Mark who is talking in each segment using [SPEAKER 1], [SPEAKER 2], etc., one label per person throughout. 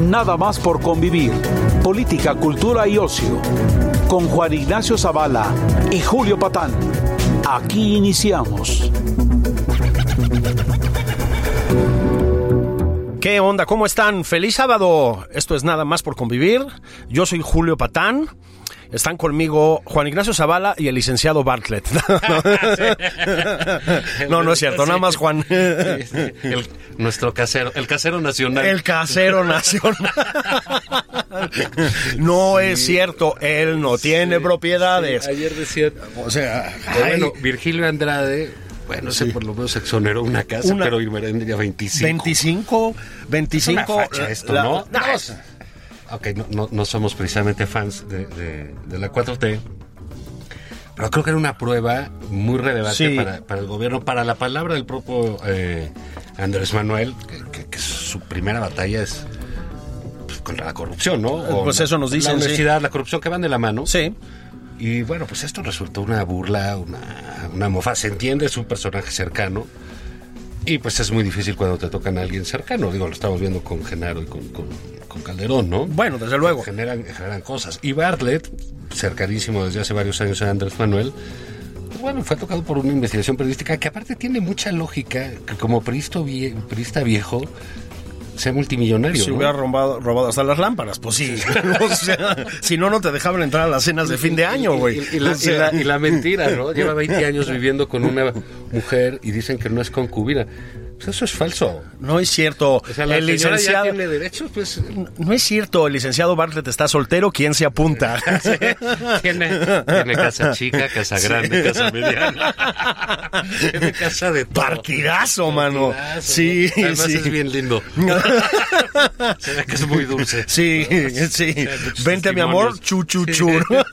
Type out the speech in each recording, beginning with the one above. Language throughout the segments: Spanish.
[SPEAKER 1] Nada más por convivir. Política, cultura y ocio. Con Juan Ignacio Zavala y Julio Patán. Aquí iniciamos.
[SPEAKER 2] ¿Qué onda? ¿Cómo están? Feliz sábado. Esto es Nada más por convivir. Yo soy Julio Patán. Están conmigo Juan Ignacio Zavala y el licenciado Bartlett. No, no es cierto, nada más Juan.
[SPEAKER 3] El- nuestro casero, el casero nacional.
[SPEAKER 2] El casero nacional. No es cierto, él no tiene propiedades.
[SPEAKER 3] Ayer decía,
[SPEAKER 2] O sea,
[SPEAKER 3] pero
[SPEAKER 2] ay,
[SPEAKER 3] bueno, Virgilio Andrade, bueno, ese por lo menos exoneró una casa,
[SPEAKER 2] Una-
[SPEAKER 3] pero Irmerendia 25.
[SPEAKER 2] 25, 25.
[SPEAKER 3] Es una facha esto,
[SPEAKER 2] la-
[SPEAKER 3] ¿no? Ok, no, no- no somos precisamente fans de, de- de la 4T, pero creo que era una prueba muy relevante
[SPEAKER 2] Sí.
[SPEAKER 3] para, para el gobierno, para la palabra del propio eh, Andrés Manuel, que, que- que su primera batalla es pues, contra la corrupción, ¿no?
[SPEAKER 2] Pues eso nos dicen,
[SPEAKER 3] La
[SPEAKER 2] sí.
[SPEAKER 3] honestidad, la corrupción que van de la mano.
[SPEAKER 2] Sí.
[SPEAKER 3] Y bueno, pues esto resultó una burla, una, una mofa. Se entiende, es un personaje cercano. Y pues es muy difícil cuando te tocan a alguien cercano. Digo, lo estamos viendo con Genaro y con, con- con Calderón, ¿no?
[SPEAKER 2] Bueno, desde luego.
[SPEAKER 3] Generan, generan cosas. Y Bartlett, cercanísimo desde hace varios años a Andrés Manuel, pues bueno, fue tocado por una investigación periodística que aparte tiene mucha lógica, que como peristo vie- periodista viejo, sea multimillonario.
[SPEAKER 2] Si
[SPEAKER 3] ¿no?
[SPEAKER 2] hubiera robado, robado hasta las lámparas, pues sí. O sea, si no, no te dejaban entrar a las cenas de fin de año, güey.
[SPEAKER 3] Y, y la,
[SPEAKER 2] O sea,
[SPEAKER 3] y la- y la mentira, ¿no? Lleva 20 años viviendo con una mujer y dicen que no es concubina. Pues eso es falso.
[SPEAKER 2] No es cierto.
[SPEAKER 3] O sea, la
[SPEAKER 2] el
[SPEAKER 3] señora ya
[SPEAKER 2] licenciado.
[SPEAKER 3] tiene derechos, pues
[SPEAKER 2] No es cierto, el licenciado Bartlett está soltero, ¿quién se apunta?
[SPEAKER 3] tiene, tiene casa chica, casa grande, casa mediana. tiene casa de todo.
[SPEAKER 2] Partidazo, mano.
[SPEAKER 3] Partidazo,
[SPEAKER 2] Sí,
[SPEAKER 3] ¿no? Además
[SPEAKER 2] sí.
[SPEAKER 3] es bien lindo. Se ve que es muy dulce.
[SPEAKER 2] Sí, sí.
[SPEAKER 3] Hay muchos
[SPEAKER 2] Vente, mi amor,
[SPEAKER 3] testimonios.
[SPEAKER 2] chu, chu, chu.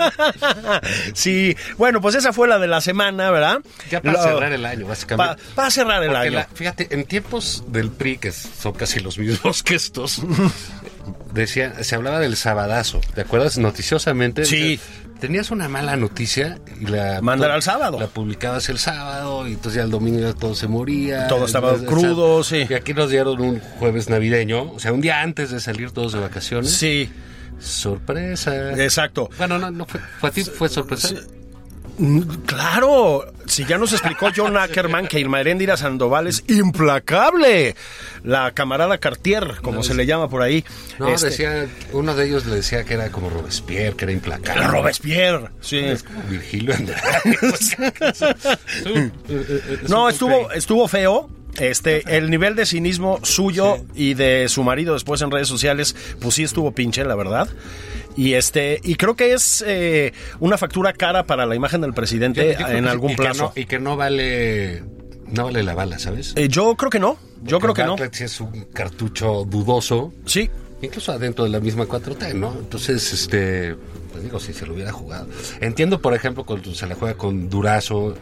[SPEAKER 2] Sí, bueno, pues esa fue la de la semana, ¿verdad?
[SPEAKER 3] Ya para
[SPEAKER 2] Lo-
[SPEAKER 3] cerrar el año, básicamente.
[SPEAKER 2] Pa- para cerrar el
[SPEAKER 3] Porque
[SPEAKER 2] año.
[SPEAKER 3] la- fíjate, en tiempos del PRI, que son casi los mismos que estos, decía, se hablaba del sabadazo. ¿Te acuerdas? Noticiosamente.
[SPEAKER 2] Sí.
[SPEAKER 3] decía, Tenías una mala noticia y la...
[SPEAKER 2] Mandar al sábado.
[SPEAKER 3] La publicabas el sábado y entonces ya el domingo ya todo se moría.
[SPEAKER 2] Todo estaba crudo, sí.
[SPEAKER 3] Y aquí nos dieron un jueves navideño, o sea, un día antes de salir todos de vacaciones.
[SPEAKER 2] Sí,
[SPEAKER 3] Sorpresa.
[SPEAKER 2] exacto.
[SPEAKER 3] Bueno, no, no fue, fue a ti, fue sorpresa.
[SPEAKER 2] Claro, si ya nos explicó John Ackerman que Irma Heréndira Sandoval es implacable, la camarada Cartier, como se le llama por ahí.
[SPEAKER 3] No,
[SPEAKER 2] Este,
[SPEAKER 3] decía, uno de ellos le decía que era como Robespierre, que era implacable.
[SPEAKER 2] Robespierre, sí.
[SPEAKER 3] Es como Virgilio Andrade.
[SPEAKER 2] No, estuvo, estuvo feo. Este, el nivel de cinismo suyo y de su marido después en redes sociales, pues sí estuvo pinche, la verdad. Y este, y creo que es eh, una factura cara para la imagen del presidente en algún
[SPEAKER 3] y
[SPEAKER 2] plazo.
[SPEAKER 3] Que no, y que no vale, no vale la bala, ¿sabes?
[SPEAKER 2] Eh, yo creo que no, yo creo que no.
[SPEAKER 3] Bartlett sí es un cartucho dudoso,
[SPEAKER 2] Sí,
[SPEAKER 3] incluso adentro de la misma 4T, ¿no? Entonces, este, pues digo, si se lo hubiera jugado. Entiendo, por ejemplo, cuando se la juega con Durazo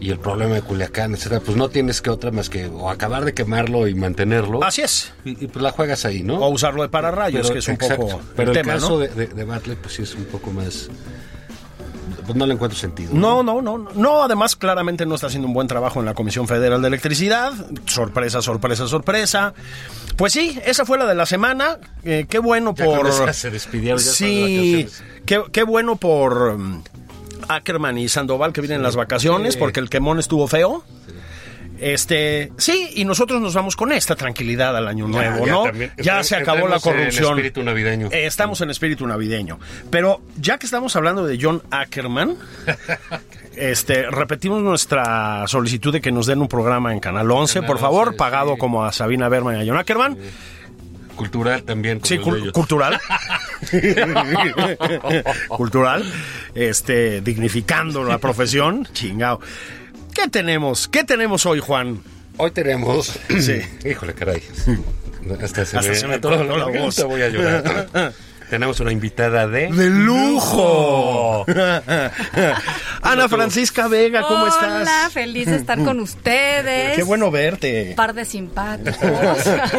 [SPEAKER 3] y el problema de Culiacán, etcétera, pues no tienes que otra más que o acabar de quemarlo y mantenerlo.
[SPEAKER 2] así es.
[SPEAKER 3] Y, y pues la juegas ahí, ¿no?
[SPEAKER 2] O usarlo de pararrayos,
[SPEAKER 3] Pero-
[SPEAKER 2] que es un
[SPEAKER 3] exacto.
[SPEAKER 2] poco
[SPEAKER 3] Pero
[SPEAKER 2] el
[SPEAKER 3] el,
[SPEAKER 2] tema,
[SPEAKER 3] caso
[SPEAKER 2] ¿no?
[SPEAKER 3] de, de, de Bartlett, pues sí es un poco más. Pues no le encuentro sentido.
[SPEAKER 2] No, no, no, no. No, además claramente no está haciendo un buen trabajo en la Comisión Federal de Electricidad. Sorpresa, sorpresa, sorpresa. Pues sí, esa fue la de la semana. Eh, qué bueno
[SPEAKER 3] Ya
[SPEAKER 2] por...
[SPEAKER 3] con esa se despidieron, ya para
[SPEAKER 2] sí,
[SPEAKER 3] las vacaciones.
[SPEAKER 2] qué, qué bueno por mm, Ackerman y Sandoval que vienen las vacaciones,
[SPEAKER 3] Sí.
[SPEAKER 2] porque el quemón estuvo feo. Este, sí, y nosotros nos vamos con esta tranquilidad al año nuevo,
[SPEAKER 3] ya
[SPEAKER 2] ¿no?
[SPEAKER 3] también.
[SPEAKER 2] ya se acabó la
[SPEAKER 3] Entremos en el
[SPEAKER 2] corrupción.
[SPEAKER 3] espíritu navideño.
[SPEAKER 2] Eh, estamos en espíritu navideño. Pero ya que estamos hablando de John Ackerman, este, repetimos nuestra solicitud de que nos den un programa en Canal 11,
[SPEAKER 3] Canal
[SPEAKER 2] por favor,
[SPEAKER 3] 11,
[SPEAKER 2] pagado
[SPEAKER 3] sí.
[SPEAKER 2] como a Sabina Berman y a John Ackerman.
[SPEAKER 3] Cultural también. como
[SPEAKER 2] Sí,
[SPEAKER 3] el
[SPEAKER 2] cul-
[SPEAKER 3] de ellos.
[SPEAKER 2] cultural. cultural. Este, dignificando la profesión. Chingao. ¿Qué tenemos? ¿Qué tenemos hoy, Juan?
[SPEAKER 3] Hoy tenemos.
[SPEAKER 2] Sí.
[SPEAKER 3] Híjole, caray. Hasta se
[SPEAKER 2] Hasta
[SPEAKER 3] me,
[SPEAKER 2] se me
[SPEAKER 3] atoró
[SPEAKER 2] atoró la
[SPEAKER 3] garganta,
[SPEAKER 2] voz.
[SPEAKER 3] voy a llorar. tenemos una invitada de.
[SPEAKER 2] ¡De lujo! Ana Francisca Vega, ¿cómo
[SPEAKER 4] Hola, pues.
[SPEAKER 2] estás?
[SPEAKER 4] feliz de estar con ustedes.
[SPEAKER 2] Qué bueno verte.
[SPEAKER 4] Par de simpáticos,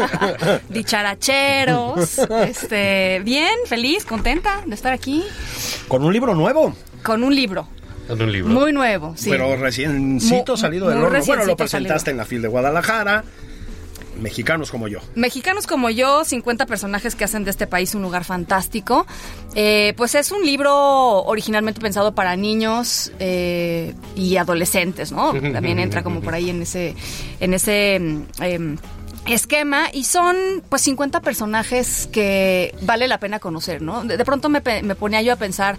[SPEAKER 4] dicharacheros. Este, bien, feliz, contenta de estar aquí
[SPEAKER 2] Con un libro nuevo,
[SPEAKER 4] con un libro
[SPEAKER 3] Dame un libro.
[SPEAKER 4] muy nuevo. Sí.
[SPEAKER 2] pero reciencito
[SPEAKER 4] Mu-
[SPEAKER 2] salido del
[SPEAKER 4] muy
[SPEAKER 2] horno. Bueno, lo
[SPEAKER 4] reciencito
[SPEAKER 2] presentaste
[SPEAKER 4] salido.
[SPEAKER 2] en la FIL de Guadalajara. Mexicanos como yo.
[SPEAKER 4] Mexicanos como yo, 50 personajes que hacen de este país un lugar fantástico. Eh, pues es un libro originalmente pensado para niños eh, y adolescentes, ¿no? También entra como por ahí en ese, en ese mm, em, esquema. Y son pues 50 personajes que vale la pena conocer, ¿no? De, de pronto me, pe- me ponía yo a pensar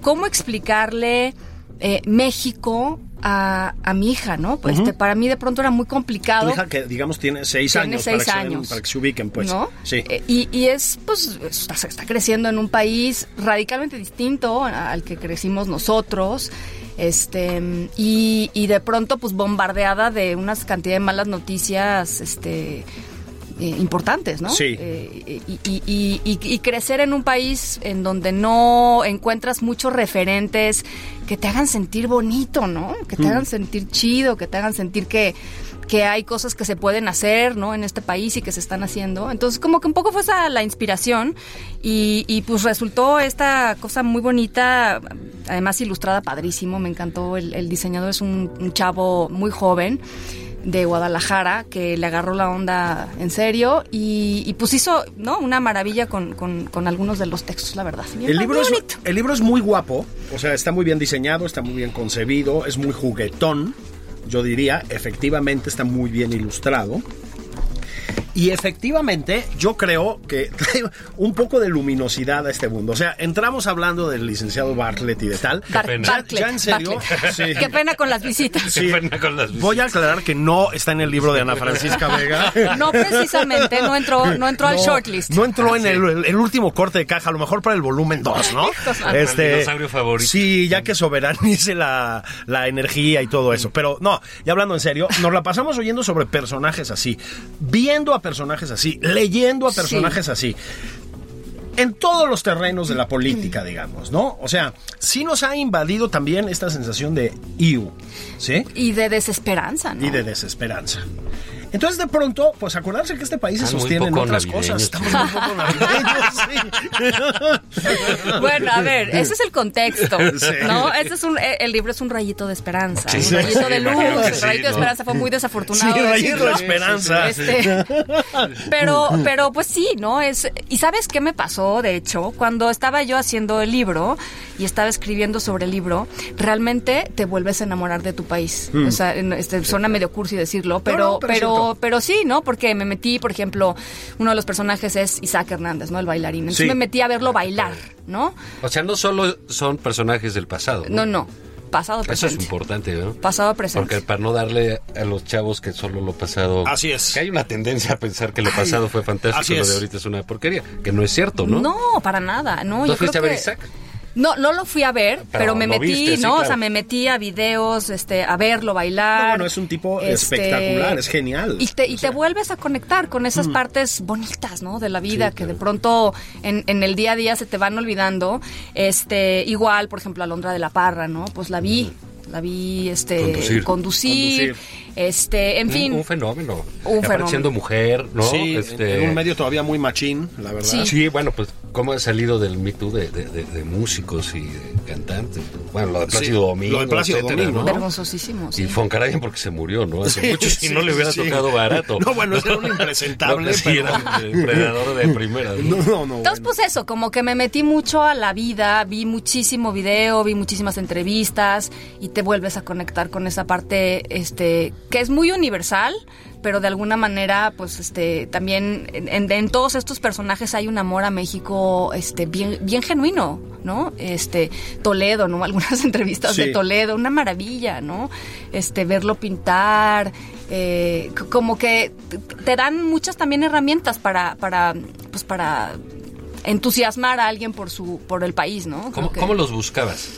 [SPEAKER 4] cómo explicarle eh, México a, a mi hija, ¿no? Pues este, para mí de pronto era muy
[SPEAKER 2] Tu
[SPEAKER 4] complicado.
[SPEAKER 2] hija que, digamos, tiene seis
[SPEAKER 4] Tiene
[SPEAKER 2] años.
[SPEAKER 4] seis
[SPEAKER 2] para que se den-
[SPEAKER 4] años.
[SPEAKER 2] para que se ubiquen, pues.
[SPEAKER 4] ¿No?
[SPEAKER 2] Sí.
[SPEAKER 4] Eh, y, y es, pues, está, se está creciendo en un país radicalmente distinto a- al que crecimos nosotros. Este, y, y de pronto, pues, bombardeada de unas cantidad de malas noticias, este. eh, importantes, ¿no?
[SPEAKER 2] Sí.
[SPEAKER 4] Eh, y, y- y- y- y crecer en un país en donde no encuentras muchos referentes que te hagan sentir bonito, ¿no? Que te hagan sentir chido, que te hagan sentir que, que hay cosas que se pueden hacer, ¿no? En este país y que se están haciendo. Entonces, como que un poco fue esa la inspiración y, y, pues resultó esta cosa muy bonita, además ilustrada padrísimo, me encantó. El, el diseñador es un- un chavo muy joven de Guadalajara que le agarró la onda en serio y, y, pues hizo no una maravilla con, con- con algunos de los textos, la verdad. Bien
[SPEAKER 2] El libro,
[SPEAKER 4] muy
[SPEAKER 2] es,
[SPEAKER 4] bonito.
[SPEAKER 2] el libro es muy guapo, o sea, está muy bien diseñado, está muy bien concebido, es muy juguetón, yo diría, efectivamente está muy bien ilustrado. Y efectivamente, yo creo que trae un poco de luminosidad a este mundo. O sea, entramos hablando del licenciado Bartlett y de tal.
[SPEAKER 4] Bar-
[SPEAKER 3] pena.
[SPEAKER 4] Bartlett,
[SPEAKER 2] Ya, ya en serio.
[SPEAKER 4] Bartlett.
[SPEAKER 2] Sí.
[SPEAKER 4] Qué pena con las visitas.
[SPEAKER 2] Sí.
[SPEAKER 3] Qué pena con las visitas.
[SPEAKER 2] Voy a aclarar que no está en el libro de Ana Francisca Vega.
[SPEAKER 4] No precisamente, no entró, no entró al
[SPEAKER 2] No,
[SPEAKER 4] shortlist.
[SPEAKER 2] No entró
[SPEAKER 3] Ah,
[SPEAKER 2] en el, el- el último corte de caja, a lo mejor para el volumen 2, ¿no? Este,
[SPEAKER 3] El dinosaurio favorito.
[SPEAKER 2] Sí, ya que soberanice la, la energía y todo eso. Pero no, ya hablando en serio, nos la pasamos oyendo sobre personajes así, viendo a personajes así, leyendo a
[SPEAKER 4] Sí.
[SPEAKER 2] personajes así. En todos los terrenos de la política, digamos, ¿no? O sea, sí nos ha invadido también esta sensación de IU, ¿sí?
[SPEAKER 4] Y de desesperanza, ¿no?
[SPEAKER 2] y de desesperanza. Entonces, de pronto, pues acordarse que este país se
[SPEAKER 3] Están muy
[SPEAKER 2] sostiene en
[SPEAKER 3] poco
[SPEAKER 2] otras
[SPEAKER 3] navideños,
[SPEAKER 2] cosas.
[SPEAKER 3] sí.
[SPEAKER 2] Estamos un poco navideños, sí.
[SPEAKER 4] Bueno, a ver, ese es el contexto,
[SPEAKER 2] Sí.
[SPEAKER 4] ¿no? Este es un, eh, el libro es un rayito de esperanza,
[SPEAKER 3] Sí,
[SPEAKER 4] un
[SPEAKER 3] sí,
[SPEAKER 4] rayito
[SPEAKER 3] sí,
[SPEAKER 4] de luz,
[SPEAKER 3] imagino que
[SPEAKER 4] el
[SPEAKER 3] sí,
[SPEAKER 4] rayito de
[SPEAKER 3] ¿no?
[SPEAKER 4] esperanza fue muy
[SPEAKER 2] Sí,
[SPEAKER 4] desafortunado.
[SPEAKER 2] rayito de
[SPEAKER 4] decirlo.
[SPEAKER 2] esperanza.
[SPEAKER 4] Este, pero, pero pues sí, ¿no? Es, y sabes qué me pasó, de hecho, cuando estaba yo haciendo el libro y estaba escribiendo sobre el libro, realmente te vuelves a enamorar de tu país. O sea, en- este, suena medio cursi decirlo,
[SPEAKER 2] Hmm.
[SPEAKER 4] pero,
[SPEAKER 2] no, pero es cierto.
[SPEAKER 4] pero, pero sí, ¿no? Porque me metí, por ejemplo, uno de los personajes es Isaac Hernández, ¿no? El bailarín. Entonces
[SPEAKER 2] Sí.
[SPEAKER 4] me metí a verlo bailar, ¿no?
[SPEAKER 3] O sea, no solo son personajes del pasado.
[SPEAKER 4] No, no. Pasado
[SPEAKER 3] Eso
[SPEAKER 4] presente.
[SPEAKER 3] es importante, ¿no?
[SPEAKER 4] Pasado
[SPEAKER 3] Porque
[SPEAKER 4] presente.
[SPEAKER 3] para no darle a los chavos que solo lo pasado.
[SPEAKER 2] Así es.
[SPEAKER 3] Que hay una tendencia a pensar que lo pasado fue fantástico
[SPEAKER 2] así
[SPEAKER 3] y lo
[SPEAKER 2] es.
[SPEAKER 3] de ahorita es una porquería. Que no es cierto, ¿no?
[SPEAKER 4] para nada. No,
[SPEAKER 3] ¿No
[SPEAKER 4] yo
[SPEAKER 3] fuiste a
[SPEAKER 4] creo
[SPEAKER 3] ver
[SPEAKER 4] que-
[SPEAKER 3] Isaac?
[SPEAKER 4] No, no lo fui a ver,
[SPEAKER 3] Pero
[SPEAKER 4] pero, me
[SPEAKER 3] lo
[SPEAKER 4] metí,
[SPEAKER 3] viste, sí,
[SPEAKER 4] ¿no? O
[SPEAKER 3] claro.
[SPEAKER 4] sea, me metí a videos, este, a verlo bailar. Este,
[SPEAKER 2] No, bueno, es un tipo espectacular, es genial. Mm.
[SPEAKER 4] Y te, y te vuelves a conectar con esas partes bonitas, ¿no? De la vida, que de pronto en, en el día a día se te van olvidando. Este, igual, por ejemplo, Alondra de la Parra, ¿no? Pues la vi. La vi este
[SPEAKER 3] Conducir.
[SPEAKER 4] conducir,
[SPEAKER 2] Mm. Conducir.
[SPEAKER 4] este, en
[SPEAKER 3] Un-
[SPEAKER 4] fin.
[SPEAKER 3] Un, fenómeno.
[SPEAKER 4] Un
[SPEAKER 3] Y aparte
[SPEAKER 4] fenómeno.
[SPEAKER 3] siendo mujer, ¿no?
[SPEAKER 2] Sí,
[SPEAKER 3] Este,
[SPEAKER 2] en un medio todavía muy machín, la verdad.
[SPEAKER 4] Sí.
[SPEAKER 3] Sí, bueno, pues cómo ha salido del Me Too de, de- de- de músicos y de cantantes. Bueno, lo de Plácido
[SPEAKER 2] Sí,
[SPEAKER 3] Domingo.
[SPEAKER 2] lo de Plácido
[SPEAKER 3] etcétera,
[SPEAKER 2] Domingo,
[SPEAKER 3] ¿no?
[SPEAKER 4] Vergonzosísimo, sí.
[SPEAKER 3] Y Foncarayan porque se murió, ¿no? Hace
[SPEAKER 2] Sí,
[SPEAKER 3] mucho, si
[SPEAKER 2] sí,
[SPEAKER 3] no le hubiera
[SPEAKER 2] sí.
[SPEAKER 3] tocado barato.
[SPEAKER 2] No, bueno, ese era un impresentable,
[SPEAKER 3] No, sí,
[SPEAKER 2] pero-
[SPEAKER 3] era un depredador de primera. ¿no?
[SPEAKER 2] No, no, no.
[SPEAKER 4] Entonces, pues eso, como que me metí mucho a la vida, vi muchísimo video, vi muchísimas entrevistas y te vuelves a conectar con esa parte este que es muy universal, pero de alguna manera, pues este también en, en- en todos estos personajes hay un amor a México este bien bien genuino, ¿no? Este Toledo, ¿no? Algunas entrevistas
[SPEAKER 2] Sí.
[SPEAKER 4] de Toledo, una maravilla, ¿no? Este verlo pintar eh, c- como que t- te dan muchas también herramientas para para pues para entusiasmar a alguien por su por el país, ¿no? Como
[SPEAKER 3] ¿Cómo,
[SPEAKER 4] que-
[SPEAKER 3] cómo los buscabas?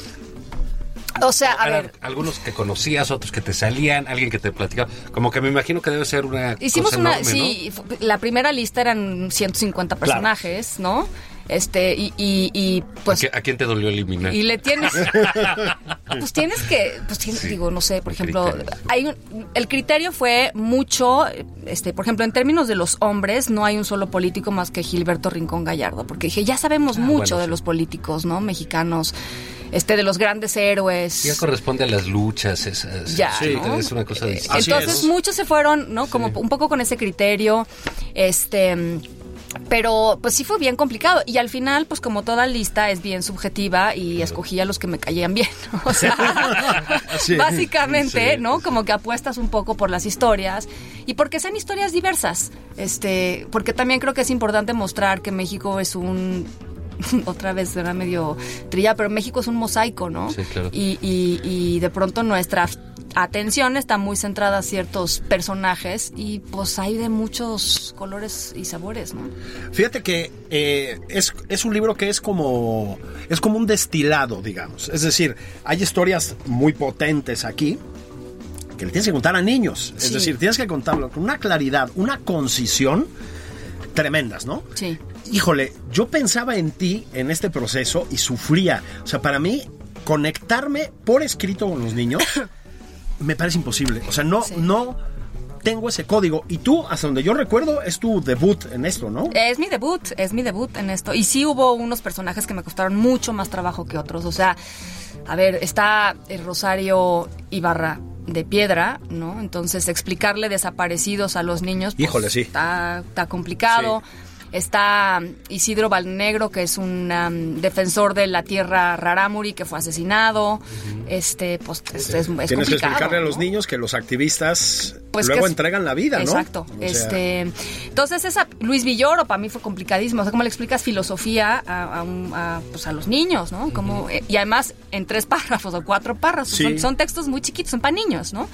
[SPEAKER 4] O sea, a
[SPEAKER 3] Eran
[SPEAKER 4] ver.
[SPEAKER 3] Algunos que conocías, otros que te salían, alguien que te platicaba. Como que me imagino que debe ser una.
[SPEAKER 4] Hicimos
[SPEAKER 3] cosa
[SPEAKER 4] una,
[SPEAKER 3] enorme,
[SPEAKER 4] sí, fu- la primera lista eran 150 personajes, ¿no? Este, y, y, y,
[SPEAKER 3] ¿no? ¿A
[SPEAKER 4] pues...
[SPEAKER 3] qué- ¿A quién te dolió eliminar?
[SPEAKER 4] Y le tienes. pues tienes que. Pues tienes-
[SPEAKER 3] Sí.
[SPEAKER 4] digo, no sé, por
[SPEAKER 3] El
[SPEAKER 4] ejemplo.
[SPEAKER 3] criterio.
[SPEAKER 4] Hay un- el criterio fue mucho. este Por ejemplo, en términos de los hombres, no hay un solo político más que Gilberto Rincón Gallardo. Porque dije, ya sabemos mucho
[SPEAKER 3] Ah, bueno,
[SPEAKER 4] de
[SPEAKER 3] sí.
[SPEAKER 4] los políticos, ¿no? Mexicanos, este de los grandes héroes.
[SPEAKER 3] Ya corresponde a las luchas, esas.
[SPEAKER 4] Ya,
[SPEAKER 3] sí,
[SPEAKER 4] ¿no? Eh,
[SPEAKER 3] Es una cosa distinta.
[SPEAKER 2] Así
[SPEAKER 4] Entonces
[SPEAKER 2] es.
[SPEAKER 4] muchos se fueron, ¿no? Como un poco con ese criterio, este, mm, pero pues sí fue bien complicado y al final pues como toda lista es bien subjetiva y escogí a los que me caían bien, o sea,
[SPEAKER 2] Sí.
[SPEAKER 4] básicamente,
[SPEAKER 2] Sí.
[SPEAKER 4] ¿no? Como que apuestas un poco por las historias y porque sean historias diversas, este, porque también creo que es importante mostrar que México es un otra vez suena medio trillada, pero México es un mosaico, ¿no?
[SPEAKER 3] Sí, claro.
[SPEAKER 4] y, y- y de pronto nuestra f- atención está muy centrada a ciertos personajes y pues hay de muchos colores y sabores, ¿no?
[SPEAKER 2] Fíjate que eh, es, es un libro que es como, es como un destilado, digamos. Es decir, hay historias muy potentes aquí que le tienes que contar a niños. Es
[SPEAKER 4] Sí.
[SPEAKER 2] decir, tienes que contarlo con una claridad, una concisión tremendas, ¿no?
[SPEAKER 4] Sí.
[SPEAKER 2] Híjole, yo pensaba en ti en este proceso y sufría. O sea, para mí, conectarme por escrito con los niños me parece imposible. O sea, no,
[SPEAKER 4] Sí.
[SPEAKER 2] no tengo ese código. Y tú, hasta donde yo recuerdo, es tu debut en esto, ¿no?
[SPEAKER 4] Es mi debut, es mi debut en esto. Y sí hubo unos personajes que me costaron mucho más trabajo que otros. O sea, a ver, está el Rosario Ibarra de piedra, ¿no? Entonces explicarle desaparecidos a los niños pues,
[SPEAKER 2] Híjole, sí.
[SPEAKER 4] está, está complicado. Está Isidro Valnegro, que es un um, defensor de la tierra Raramuri, que fue asesinado. Este, pues es, es- es
[SPEAKER 2] Tienes que
[SPEAKER 4] complicado,
[SPEAKER 2] explicarle a los
[SPEAKER 4] ¿no?
[SPEAKER 2] niños que los activistas
[SPEAKER 4] pues
[SPEAKER 2] luego
[SPEAKER 4] que es-
[SPEAKER 2] entregan la vida, ¿no?
[SPEAKER 4] Exacto.
[SPEAKER 2] O sea,
[SPEAKER 4] este, entonces esa Luis Villoro para mí fue complicadísimo. O sea, cómo le explicas filosofía a, a un- a, pues, a los niños, ¿no? Como, eh, y además en tres párrafos o cuatro párrafos.
[SPEAKER 2] Sí.
[SPEAKER 4] Son, son textos muy chiquitos, son para niños, ¿no?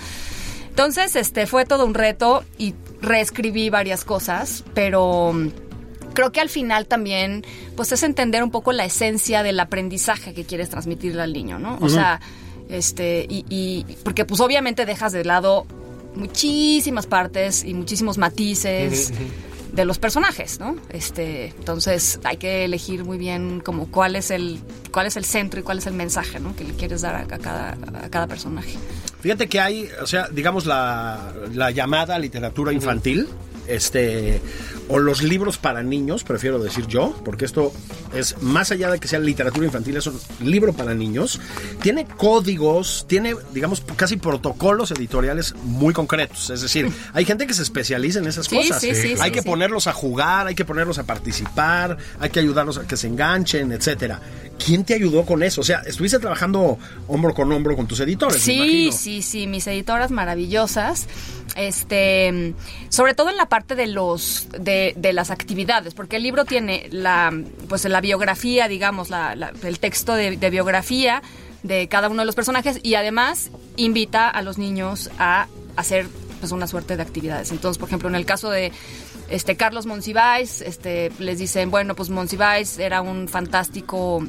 [SPEAKER 4] Entonces, este, fue todo un reto y reescribí varias cosas, pero mm, creo que al final también, pues es entender un poco la esencia del aprendizaje que quieres transmitirle al niño, ¿no? O sea, este, y, y- porque pues obviamente dejas de lado muchísimas partes y muchísimos matices de los personajes, ¿no? Este, entonces hay que elegir muy bien como cuál es el cuál es el centro y cuál es el mensaje, ¿no? Que le quieres dar a, a cada a cada personaje.
[SPEAKER 2] Fíjate que hay, o sea, digamos la, la llamada literatura infantil, este, o los libros para niños, prefiero decir yo, porque esto es más allá de que sea literatura infantil, es un libro para niños. Tiene códigos, tiene, digamos, casi protocolos editoriales muy concretos. Es decir, hay gente que se especializa en esas
[SPEAKER 4] Sí,
[SPEAKER 2] cosas.
[SPEAKER 4] sí, sí,
[SPEAKER 2] hay
[SPEAKER 4] sí,
[SPEAKER 2] que
[SPEAKER 4] sí.
[SPEAKER 2] ponerlos a jugar, hay que ponerlos a participar, hay que ayudarlos a que se enganchen, etcétera. ¿Quién te ayudó con eso? O sea, estuviste trabajando hombro con hombro con tus editores. me
[SPEAKER 4] Sí,
[SPEAKER 2] imagino.
[SPEAKER 4] sí, sí, mis editoras maravillosas. Este, sobre todo en la parte de los de, de las actividades, porque el libro tiene la pues la biografía, digamos, la- la- el texto de, de biografía de cada uno de los personajes y además invita a los niños a hacer pues una suerte de actividades. Entonces, por ejemplo, en el caso de este Carlos Monsiváis, este les dicen, bueno, pues Monsiváis era un fantástico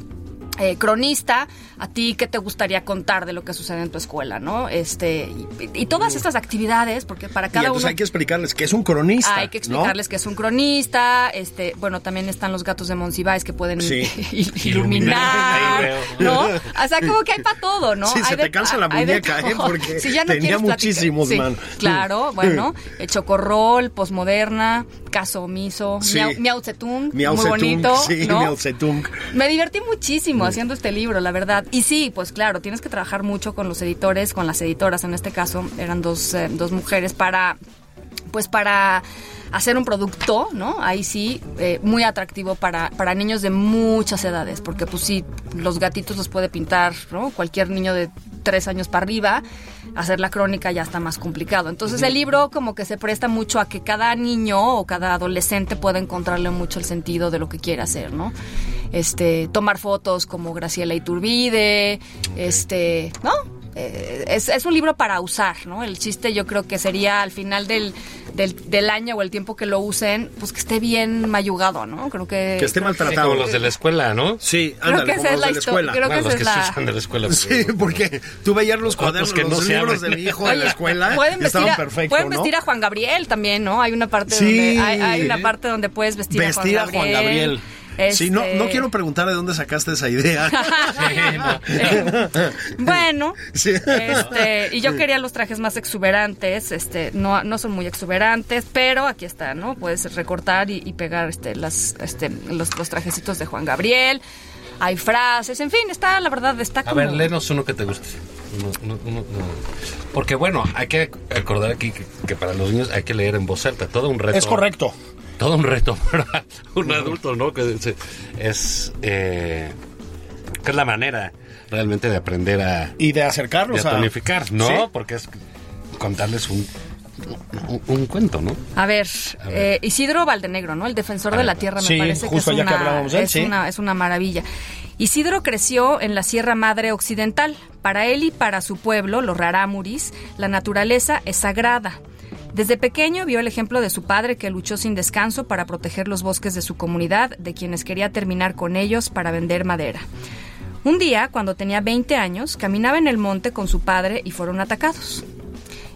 [SPEAKER 4] eh, cronista, a ti qué te gustaría contar de lo que sucede en tu escuela, ¿no? Este y, y todas estas actividades, porque para
[SPEAKER 2] Mm. Y
[SPEAKER 4] cada
[SPEAKER 2] entonces
[SPEAKER 4] uno
[SPEAKER 2] hay que explicarles que es un cronista.
[SPEAKER 4] hay que explicarles que es un cronista, este, bueno, también están los gatos de Monsiváis que pueden
[SPEAKER 2] Sí.
[SPEAKER 4] il- iluminar,
[SPEAKER 3] Iluminar.
[SPEAKER 4] ¿no? O sea, como que hay para todo, ¿no?
[SPEAKER 2] Sí,
[SPEAKER 4] Hay
[SPEAKER 2] se
[SPEAKER 4] de-
[SPEAKER 2] te cansa la
[SPEAKER 4] hay de
[SPEAKER 2] muñeca, ¿eh?
[SPEAKER 4] todo.
[SPEAKER 2] Porque
[SPEAKER 4] Sí, ya no
[SPEAKER 2] tenía
[SPEAKER 4] quieres platicar.
[SPEAKER 2] muchísimos, Mm.
[SPEAKER 4] Sí,
[SPEAKER 2] man.
[SPEAKER 4] Claro, bueno, el chocorrol, posmoderna, caso omiso,
[SPEAKER 2] Sí.
[SPEAKER 4] miau, miau Zedong,
[SPEAKER 2] Miau
[SPEAKER 4] muy
[SPEAKER 2] Zedong,
[SPEAKER 4] bonito,
[SPEAKER 2] sí,
[SPEAKER 4] ¿no?
[SPEAKER 2] Miau Mm. Zedong.
[SPEAKER 4] Me divertí muchísimo haciendo este libro, la verdad. Y sí, pues claro, tienes que trabajar mucho con los editores, con las editoras, en este caso eran dos, eh, dos mujeres, para, pues para hacer un producto, ¿no? Ahí sí, eh, muy atractivo para, para niños de muchas edades, porque pues sí, los gatitos los puede pintar, ¿no? Cualquier niño de tres años para arriba, hacer la crónica ya está más complicado. Entonces el libro como que se presta mucho a que cada niño o cada adolescente pueda encontrarle mucho el sentido de lo que quiere hacer, ¿no? Este, tomar fotos como Graciela Iturbide, este, ¿no? eh, es, es un libro para usar, ¿no? El chiste yo creo que sería al final del, del, del año o el tiempo que lo usen, pues que esté bien mayugado, ¿no? Creo que...
[SPEAKER 2] Que esté
[SPEAKER 4] creo-
[SPEAKER 3] Sí,
[SPEAKER 2] maltratado.
[SPEAKER 3] como los de la escuela, ¿no?
[SPEAKER 2] Sí,
[SPEAKER 4] Creo
[SPEAKER 2] ándale,
[SPEAKER 4] que
[SPEAKER 2] como
[SPEAKER 4] esa es
[SPEAKER 2] los
[SPEAKER 4] la
[SPEAKER 2] de la
[SPEAKER 4] histo-
[SPEAKER 2] escuela.
[SPEAKER 4] creo que
[SPEAKER 3] Bueno,
[SPEAKER 4] esa
[SPEAKER 3] los que
[SPEAKER 4] es
[SPEAKER 3] se
[SPEAKER 4] la-
[SPEAKER 3] usan de la escuela. pues
[SPEAKER 2] Sí, porque tú veías los cuadernos,
[SPEAKER 3] Otros que no
[SPEAKER 2] los
[SPEAKER 3] se
[SPEAKER 2] libros de
[SPEAKER 3] abren.
[SPEAKER 2] mi hijo de la
[SPEAKER 4] Oye,
[SPEAKER 2] escuela
[SPEAKER 4] pueden
[SPEAKER 2] y estaban
[SPEAKER 4] vestir a,
[SPEAKER 2] perfectos,
[SPEAKER 4] pueden
[SPEAKER 2] ¿no?
[SPEAKER 4] vestir a Juan Gabriel también, ¿no? Hay una parte
[SPEAKER 2] Sí.
[SPEAKER 4] donde hay, hay una parte donde puedes vestir,
[SPEAKER 2] Vestir
[SPEAKER 4] a Juan Gabriel.
[SPEAKER 2] Sí, no,
[SPEAKER 4] Este,
[SPEAKER 2] no quiero preguntar de dónde sacaste esa idea.
[SPEAKER 4] Eh, bueno,
[SPEAKER 2] Sí.
[SPEAKER 4] este, y yo quería los trajes más exuberantes, este, no, no son muy exuberantes, pero aquí está, ¿no? Puedes recortar y, y pegar este, las, este, los, los trajecitos de Juan Gabriel, hay frases, en fin, está, la verdad, está
[SPEAKER 3] A
[SPEAKER 4] como...
[SPEAKER 3] ver, léenos uno que te guste. Uno- uno- uno- uno. Porque bueno, hay que acordar aquí que, que para los niños hay que leer en voz alta, todo un reto.
[SPEAKER 2] Es correcto.
[SPEAKER 3] Todo un reto para un adulto, ¿no? Que se- es, eh, que es la manera realmente de aprender a,
[SPEAKER 2] Y de
[SPEAKER 3] de
[SPEAKER 2] acercarlos
[SPEAKER 3] a tonificar, ¿no?
[SPEAKER 2] Sí.
[SPEAKER 3] Porque es contarles un, un, un cuento, ¿no?
[SPEAKER 4] A ver, eh, Isidro Valdenegro, ¿no? El defensor
[SPEAKER 3] A
[SPEAKER 4] de
[SPEAKER 3] ver,
[SPEAKER 4] la tierra, me
[SPEAKER 2] Ah, sí,
[SPEAKER 4] parece
[SPEAKER 2] justo
[SPEAKER 4] que es,
[SPEAKER 2] ya que
[SPEAKER 4] una,
[SPEAKER 2] hablábamos de él,
[SPEAKER 4] es
[SPEAKER 2] sí.
[SPEAKER 4] una- es una maravilla. Isidro creció en la Sierra Madre Occidental. Para él y para su pueblo, los rarámuris, la naturaleza es sagrada. Desde pequeño vio el ejemplo de su padre que luchó sin descanso para proteger los bosques de su comunidad, de quienes quería terminar con ellos para vender madera. Un día, cuando tenía 20 años, caminaba en el monte con su padre y fueron atacados.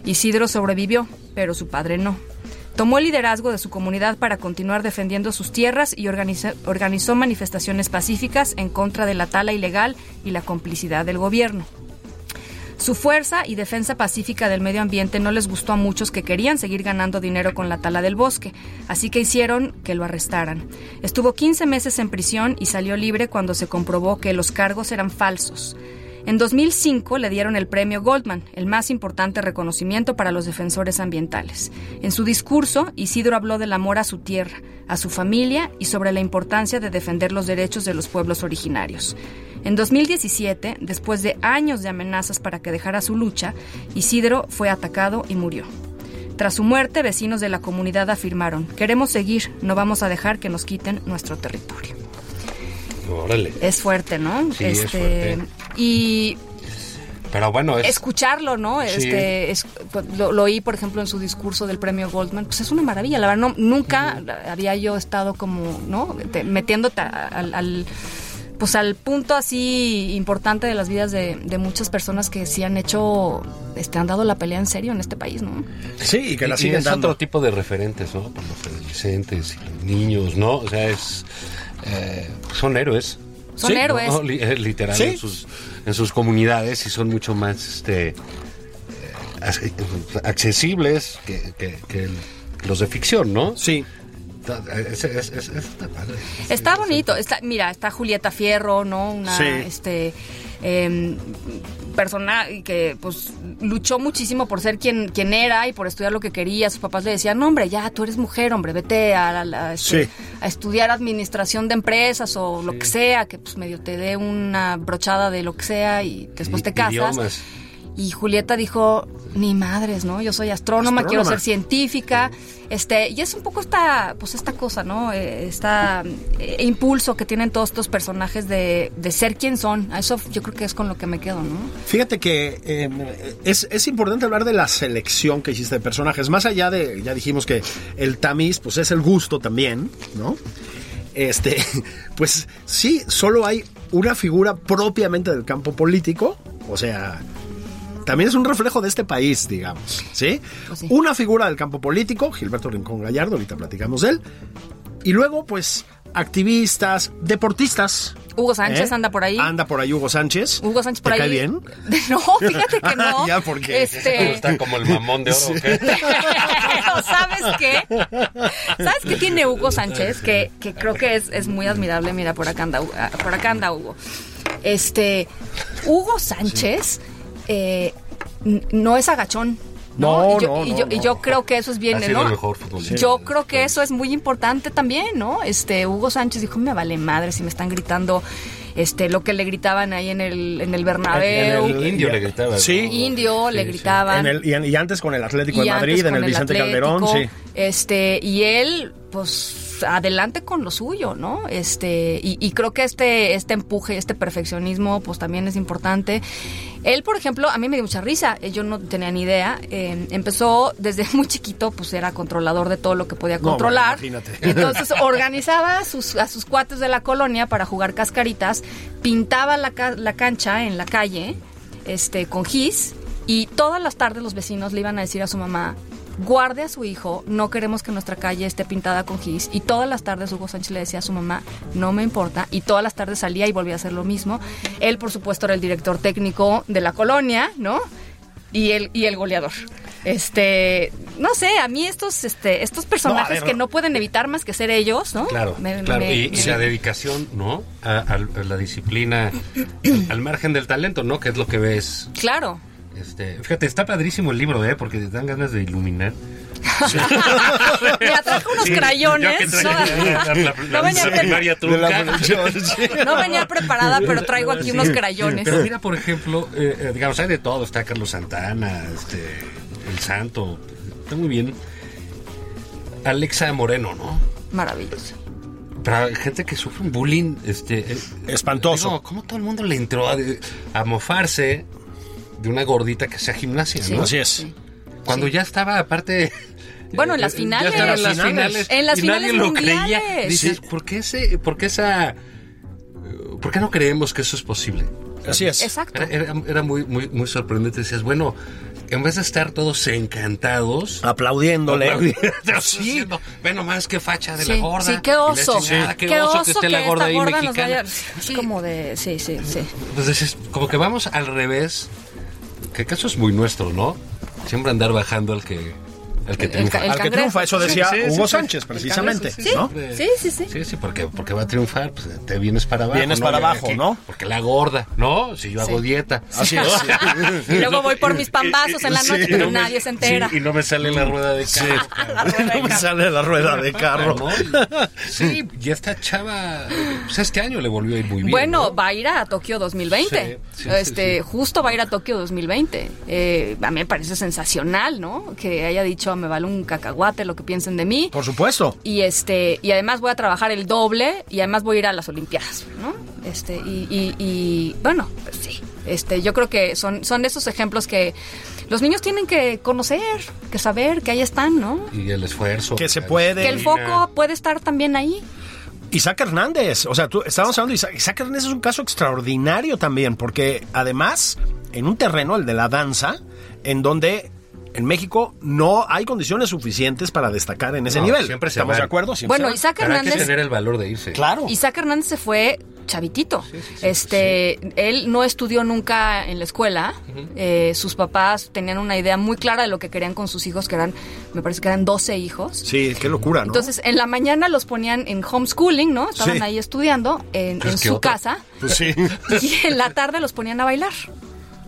[SPEAKER 4] Isidro sobrevivió, pero su padre no. Tomó el liderazgo de su comunidad para continuar defendiendo sus tierras y organiza- organizó manifestaciones pacíficas en contra de la tala ilegal y la complicidad del gobierno. Su fuerza y defensa pacífica del medio ambiente no les gustó a muchos que querían seguir ganando dinero con la tala del bosque, así que hicieron que lo arrestaran. Estuvo 15 meses en prisión y salió libre cuando se comprobó que los cargos eran falsos. En 2005 le dieron el premio Goldman, el más importante reconocimiento para los defensores ambientales. En su discurso, Isidro habló del amor a su tierra, a su familia y sobre la importancia de defender los derechos de los pueblos originarios. En 2017, después de años de amenazas para que dejara su lucha, Isidro fue atacado y murió. Tras su muerte, vecinos de la comunidad afirmaron, queremos seguir, no vamos a dejar que nos quiten nuestro territorio.
[SPEAKER 3] Órale.
[SPEAKER 4] Es fuerte, ¿no? Este,
[SPEAKER 3] Sí, es fuerte.
[SPEAKER 4] Y
[SPEAKER 3] Pero bueno, es...
[SPEAKER 4] escucharlo, ¿no?
[SPEAKER 3] Sí.
[SPEAKER 4] Este, es- lo, lo oí, por ejemplo, en su discurso del premio Goldman. Pues es una maravilla. La verdad, no, nunca había yo estado como, ¿no? Te- metiéndote a- al, al- pues al punto así importante de las vidas de, de muchas personas que sí han hecho, este, han dado la pelea en serio en este país, ¿no?
[SPEAKER 2] Sí, y que la
[SPEAKER 3] y- y
[SPEAKER 2] siguen
[SPEAKER 3] es
[SPEAKER 2] dando.
[SPEAKER 3] otro tipo de referentes, ¿no? Para los adolescentes y los niños, ¿no? O sea, es, eh, son héroes.
[SPEAKER 4] Son
[SPEAKER 2] Sí,
[SPEAKER 4] héroes.
[SPEAKER 3] No, li- eh, literal,
[SPEAKER 2] Sí.
[SPEAKER 3] en, sus, en sus comunidades y son mucho más este eh, ac- eh, accesibles que, que- que el- los de ficción, ¿no?
[SPEAKER 2] Sí.
[SPEAKER 3] Ta- Es, es- es- está padre.
[SPEAKER 4] Está bonito. Está, mira, está Julieta Fierro, ¿no? Una
[SPEAKER 2] Sí.
[SPEAKER 4] este em, persona que pues luchó muchísimo por ser quien, quien era y por estudiar lo que quería. Sus papás le decían, no, hombre, ya tú eres mujer, hombre, vete a, la- la- este,
[SPEAKER 2] Sí.
[SPEAKER 4] a estudiar administración de empresas o lo que sea, que pues medio te dé una brochada de lo que sea y después
[SPEAKER 3] I-
[SPEAKER 4] te casas.
[SPEAKER 3] idiomas.
[SPEAKER 4] Y Julieta dijo, ni madres, ¿no? Yo soy astrónoma,
[SPEAKER 2] Astrónoma.
[SPEAKER 4] quiero ser científica. Este, y es un poco esta, pues esta cosa, ¿no? Eh, Esta eh, impulso que tienen todos estos personajes de, de ser quien son. A Eso yo creo que es con lo que me quedo, ¿no?
[SPEAKER 2] Fíjate que eh, es, es importante hablar de la selección que hiciste de personajes. Más allá de, ya dijimos que el tamiz, pues es el gusto también, ¿no? Este, pues sí, solo hay una figura propiamente del campo político, o sea, también es un reflejo de este país, digamos, ¿sí?
[SPEAKER 4] Pues sí.
[SPEAKER 2] Una figura del campo político, Gilberto Rincón Gallardo, ahorita platicamos de él, y luego, pues, activistas, deportistas.
[SPEAKER 4] Hugo Sánchez anda por ahí.
[SPEAKER 2] ¿Eh? Anda por ahí Hugo Sánchez.
[SPEAKER 4] Hugo Sánchez por
[SPEAKER 2] ¿Te
[SPEAKER 4] ahí.
[SPEAKER 2] cae bien?
[SPEAKER 4] No, fíjate que no.
[SPEAKER 2] Ya, ¿por qué?
[SPEAKER 4] Este,
[SPEAKER 3] Está como el mamón de oro. ¿o qué?
[SPEAKER 4] Pero ¿sabes qué? ¿Sabes qué tiene Hugo Sánchez? Que, que creo que es, es muy admirable. Mira, por acá anda, Hu- ah, por acá anda Hugo. Este, Hugo Sánchez eh, n- no es agachón.
[SPEAKER 2] No,
[SPEAKER 4] y yo,
[SPEAKER 2] no,
[SPEAKER 4] y yo,
[SPEAKER 2] no,
[SPEAKER 4] y yo creo que eso es bien,
[SPEAKER 3] Ha sido
[SPEAKER 4] ¿no?
[SPEAKER 3] el mejor futbolista.
[SPEAKER 4] Yo creo que eso es muy importante también, ¿no? Este, Hugo Sánchez dijo, me vale madre si me están gritando este, lo que le gritaban ahí en el, en el Bernabéu.
[SPEAKER 3] El indio le gritaba. ¿no?
[SPEAKER 2] Sí.
[SPEAKER 4] Indio, le
[SPEAKER 3] Sí, sí.
[SPEAKER 4] gritaban.
[SPEAKER 2] En el- y, en- y antes con el Atlético de
[SPEAKER 4] Y antes
[SPEAKER 2] Madrid, en
[SPEAKER 4] con
[SPEAKER 2] el Vicente Calderón, sí.
[SPEAKER 4] Atlético, Este, y él, pues, adelante con lo suyo, ¿no? Este, y, y creo que este, este empuje, este perfeccionismo, pues también es importante. Él, por ejemplo, a mí me dio mucha risa, eh, yo no tenía ni idea. eh, empezó desde muy chiquito, pues era controlador de todo lo que podía
[SPEAKER 2] No,
[SPEAKER 4] controlar.
[SPEAKER 2] bueno, imagínate.
[SPEAKER 4] Y entonces organizaba a sus, a sus cuates de la colonia para jugar cascaritas, pintaba la, ca- la cancha en la calle este, con gis y todas las tardes los vecinos le iban a decir a su mamá, guarde a su hijo, no queremos que nuestra calle esté pintada con gis y todas las tardes Hugo Sánchez le decía a su mamá, no me importa y todas las tardes salía y volvía a hacer lo mismo. Él por supuesto era el director técnico de la colonia, ¿no? Y el, y el goleador. Este, no sé, a mí estos, este, estos personajes
[SPEAKER 2] ver,
[SPEAKER 4] que
[SPEAKER 2] no.
[SPEAKER 4] no pueden evitar más que ser ellos, ¿no?
[SPEAKER 3] Claro,
[SPEAKER 4] Me-
[SPEAKER 3] claro.
[SPEAKER 4] me-
[SPEAKER 3] y y la dedicación, ¿no? A, a- a la disciplina, al, al margen del talento, ¿no? Que es lo que ves.
[SPEAKER 4] Claro.
[SPEAKER 3] Este, fíjate, está padrísimo el libro, ¿eh? Porque te dan ganas de iluminar.
[SPEAKER 4] Me atrajo unos
[SPEAKER 3] Sí, yo
[SPEAKER 4] crayones.
[SPEAKER 3] que traía la-
[SPEAKER 4] no,
[SPEAKER 3] la-
[SPEAKER 4] No venía
[SPEAKER 3] la
[SPEAKER 4] pre-
[SPEAKER 3] primaria trunca.
[SPEAKER 4] no venía preparada, pero traigo aquí unos crayones.
[SPEAKER 3] Pero mira, por ejemplo, eh, eh, digamos, hay de todo. Está Carlos Santana, este, El Santo. Está muy bien. Alexa Moreno, ¿no?
[SPEAKER 4] Maravilloso.
[SPEAKER 3] Para gente que sufre un bullying este, eh,
[SPEAKER 2] Espantoso.
[SPEAKER 3] digo, ¿Cómo todo el mundo le entró a, de- a mofarse de una gordita que sea gimnasia,
[SPEAKER 4] Sí.
[SPEAKER 3] no?
[SPEAKER 2] Así es.
[SPEAKER 3] Cuando ya estaba, aparte. eh,
[SPEAKER 4] Bueno, en las
[SPEAKER 3] ya
[SPEAKER 4] finales.
[SPEAKER 3] estaba en las
[SPEAKER 2] En las
[SPEAKER 3] finales.
[SPEAKER 4] finales. En las
[SPEAKER 3] y
[SPEAKER 4] finales
[SPEAKER 3] nadie
[SPEAKER 4] mundiales.
[SPEAKER 3] lo creía. Dices,
[SPEAKER 2] Sí.
[SPEAKER 3] ¿por qué, ese, ¿por qué esa. eh, ¿Por qué no creemos que eso es posible?
[SPEAKER 2] Así es.
[SPEAKER 4] Exacto.
[SPEAKER 3] Era, era- era muy, muy, muy sorprendente. Decías, bueno, en vez de estar todos encantados.
[SPEAKER 2] Aplaudiéndole.
[SPEAKER 3] Ah. Sí. Ve nomás qué facha de la
[SPEAKER 4] Sí,
[SPEAKER 3] gorda.
[SPEAKER 4] sí, qué
[SPEAKER 3] y la
[SPEAKER 4] oso.
[SPEAKER 3] chingada, qué,
[SPEAKER 4] Qué
[SPEAKER 3] oso que
[SPEAKER 4] oso
[SPEAKER 3] esté
[SPEAKER 4] que
[SPEAKER 3] la gorda
[SPEAKER 4] esta
[SPEAKER 3] ahí
[SPEAKER 4] gorda nos
[SPEAKER 3] mexicana.
[SPEAKER 4] vaya. Es como de. Sí, sí, sí.
[SPEAKER 3] Entonces, es pues como que vamos al revés. Que caso es muy nuestro, ¿no? Siempre andar bajando al que, al que
[SPEAKER 4] El-
[SPEAKER 3] triunfa.
[SPEAKER 4] el-
[SPEAKER 2] Al que
[SPEAKER 4] cangrejo.
[SPEAKER 2] triunfa, eso decía
[SPEAKER 3] Sí, sí, sí,
[SPEAKER 2] Hugo
[SPEAKER 3] sí.
[SPEAKER 2] Sánchez, precisamente.
[SPEAKER 3] Sí,
[SPEAKER 2] ¿no?
[SPEAKER 3] siempre.
[SPEAKER 4] Sí, sí, sí.
[SPEAKER 3] Sí, sí, porque, porque va a triunfar, pues te vienes para abajo.
[SPEAKER 2] Vienes para
[SPEAKER 3] Y ahora
[SPEAKER 2] abajo, ¿no?
[SPEAKER 3] Porque la gorda, ¿no? Si yo hago
[SPEAKER 4] Sí.
[SPEAKER 3] dieta.
[SPEAKER 2] Así es.
[SPEAKER 4] Y luego voy por mis pambazos en la
[SPEAKER 2] Sí.
[SPEAKER 4] noche,
[SPEAKER 3] Y
[SPEAKER 4] pero
[SPEAKER 3] no me-
[SPEAKER 4] nadie se entera.
[SPEAKER 3] sí, y no me sale
[SPEAKER 2] Mm.
[SPEAKER 3] la rueda de carro. cabrón.
[SPEAKER 2] No me sale la rueda de carro.
[SPEAKER 3] ¿No? Sí, y esta chava, pues este año le volvió a ir muy bien.
[SPEAKER 4] Bueno,
[SPEAKER 3] ¿no?
[SPEAKER 4] va a ir a Tokio 2020.
[SPEAKER 3] Sí, sí, sí,
[SPEAKER 4] este,
[SPEAKER 3] sí.
[SPEAKER 4] justo va a ir a Tokio 2020. Eh, a mí me parece sensacional, ¿no? Que haya dicho, me vale un cacahuate lo que piensen de mí.
[SPEAKER 2] Por supuesto.
[SPEAKER 4] y este y además voy a trabajar el doble y además voy a ir a las olimpiadas no este y, y- y, bueno pues sí este yo creo que son son esos ejemplos que los niños tienen que conocer que saber que ahí están no
[SPEAKER 3] Y el esfuerzo.
[SPEAKER 2] Que se puede.
[SPEAKER 4] que el foco puede estar también ahí
[SPEAKER 2] Isaac Hernández, o sea, tú estábamos hablando de Isaac, Isaac Hernández es un caso extraordinario también, porque además, en un terreno, el de la danza, en donde en México no hay condiciones suficientes para destacar en ese
[SPEAKER 3] No,
[SPEAKER 2] nivel.
[SPEAKER 3] siempre se
[SPEAKER 2] ¿Estamos
[SPEAKER 3] van.
[SPEAKER 2] de acuerdo? Siempre
[SPEAKER 4] bueno
[SPEAKER 2] se van.
[SPEAKER 4] Isaac
[SPEAKER 3] Pero hay que
[SPEAKER 4] Hernández
[SPEAKER 3] tener el valor de irse.
[SPEAKER 2] Claro.
[SPEAKER 4] Isaac Hernández se fue chavitito. este, él no estudió nunca en la escuela. Eh, sus papás tenían una idea muy clara de lo que querían con sus hijos, que eran, me parece que eran 12 hijos.
[SPEAKER 2] Sí, qué locura, ¿no?
[SPEAKER 4] Entonces, en la mañana los ponían en homeschooling, ¿no? Estaban
[SPEAKER 2] Sí.
[SPEAKER 4] ahí estudiando en,
[SPEAKER 3] Pues,
[SPEAKER 4] en
[SPEAKER 3] ¿qué
[SPEAKER 4] su
[SPEAKER 3] otra?
[SPEAKER 4] casa
[SPEAKER 2] Pues sí.
[SPEAKER 4] y en la tarde los ponían a bailar.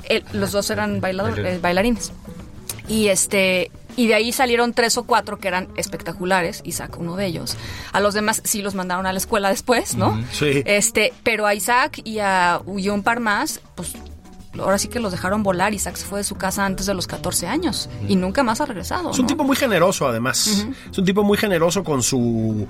[SPEAKER 4] El- los dos eran bailador-
[SPEAKER 3] Bailarines.
[SPEAKER 4] eh, bailarines. Y este y de ahí salieron tres o cuatro que eran espectaculares, Isaac uno de ellos. A los demás sí los mandaron a la escuela después, ¿no?
[SPEAKER 2] sí.
[SPEAKER 4] Este, pero a Isaac y a y un par más, pues ahora sí que los dejaron volar. Isaac se fue de su casa antes de los 14 años y nunca más ha regresado.
[SPEAKER 2] Es un
[SPEAKER 4] ¿no?
[SPEAKER 2] tipo muy generoso, además. Es un tipo muy generoso con su.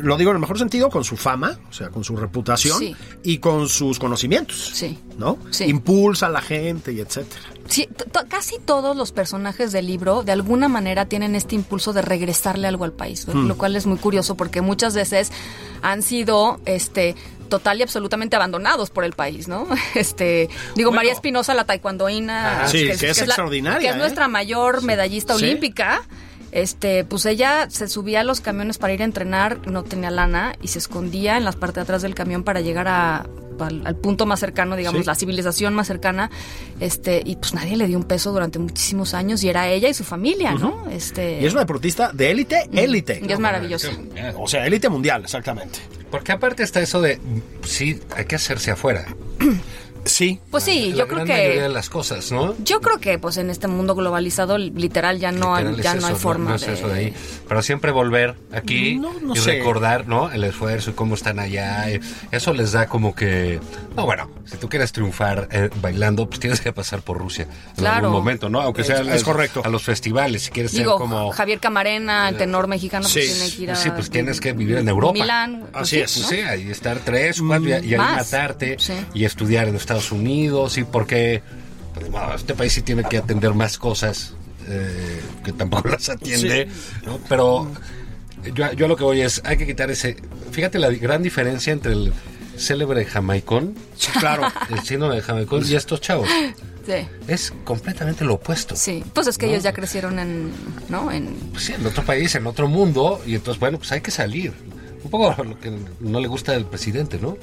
[SPEAKER 2] Lo digo en el mejor sentido, con su fama, o sea, con su reputación
[SPEAKER 4] Sí.
[SPEAKER 2] y con sus conocimientos.
[SPEAKER 4] Sí.
[SPEAKER 2] ¿No?
[SPEAKER 4] Sí.
[SPEAKER 2] Impulsa a la gente y etcétera.
[SPEAKER 4] Sí, to- to- casi todos los personajes del libro de alguna manera tienen este impulso de regresarle algo al país, lo-
[SPEAKER 2] Hmm.
[SPEAKER 4] lo cual es muy curioso porque muchas veces han sido este total y absolutamente abandonados por el país, ¿no? Este, digo, María Espinosa, la taekwondoína,
[SPEAKER 3] Ah,
[SPEAKER 2] sí, que es
[SPEAKER 4] la-
[SPEAKER 2] extraordinaria,
[SPEAKER 4] que es
[SPEAKER 2] ¿eh?
[SPEAKER 4] nuestra mayor medallista
[SPEAKER 2] Sí.
[SPEAKER 4] olímpica. Este, pues ella se subía a los camiones para ir a entrenar, no tenía lana y se escondía en las partes de atrás del camión para llegar a, al, al punto más cercano, digamos,
[SPEAKER 2] Sí.
[SPEAKER 4] la civilización más cercana. Este, y pues nadie le dio un peso durante muchísimos años y era ella y su familia, ¿no? Este,
[SPEAKER 2] Y es una deportista de élite, élite.
[SPEAKER 4] y es maravilloso.
[SPEAKER 2] O sea, élite mundial, exactamente.
[SPEAKER 3] Porque aparte está eso de, mm, sí, hay que hacerse afuera.
[SPEAKER 2] Sí.
[SPEAKER 4] Pues sí,
[SPEAKER 3] La
[SPEAKER 4] yo creo
[SPEAKER 3] gran
[SPEAKER 4] que
[SPEAKER 3] mayoría de las cosas, ¿no?
[SPEAKER 4] yo creo que pues en este mundo globalizado literal ya no
[SPEAKER 3] Literal
[SPEAKER 4] hay
[SPEAKER 3] es
[SPEAKER 4] ya
[SPEAKER 3] eso,
[SPEAKER 4] no hay forma
[SPEAKER 3] no es
[SPEAKER 4] de-
[SPEAKER 3] eso de ahí. Pero siempre volver aquí
[SPEAKER 2] No, no
[SPEAKER 3] y
[SPEAKER 2] sé.
[SPEAKER 3] recordar, ¿no? El esfuerzo y cómo están allá. y eso les da como que... No, bueno, si tú quieres triunfar eh, bailando, pues tienes que pasar por Rusia en
[SPEAKER 4] Claro.
[SPEAKER 3] algún momento, ¿no? Aunque sea
[SPEAKER 2] Es-
[SPEAKER 3] a
[SPEAKER 2] es
[SPEAKER 3] los-
[SPEAKER 2] correcto.
[SPEAKER 3] a los festivales, si quieres
[SPEAKER 4] Digo,
[SPEAKER 3] ser como...
[SPEAKER 4] Javier Camarena, el tenor mexicano, pues
[SPEAKER 2] Sí.
[SPEAKER 4] tiene que ir a
[SPEAKER 3] Sí, pues tienes que vivir en Europa.
[SPEAKER 4] Milán. pues
[SPEAKER 2] Así
[SPEAKER 4] sí,
[SPEAKER 2] es.
[SPEAKER 4] ¿no?
[SPEAKER 3] Sí, ahí estar tres, cuatro y, y ahí
[SPEAKER 4] Más.
[SPEAKER 3] matarte
[SPEAKER 4] Sí.
[SPEAKER 3] y estudiar en Estados Estados Unidos y porque pues, bueno, este país sí tiene que atender más cosas eh, que tampoco las atiende, ¿no? Pero yo, yo a lo que voy es, hay que quitar ese... Fíjate la di- gran diferencia entre el célebre jamaicón,
[SPEAKER 2] Claro.
[SPEAKER 3] el síndrome de jamaicón y estos chavos.
[SPEAKER 4] Sí.
[SPEAKER 3] Es completamente lo opuesto.
[SPEAKER 4] Sí, pues es que ellos ya crecieron en, ¿no? En,
[SPEAKER 3] pues sí, en otro país, en otro mundo, y entonces, bueno, pues hay que salir. Un poco lo que no le gusta al presidente, ¿no?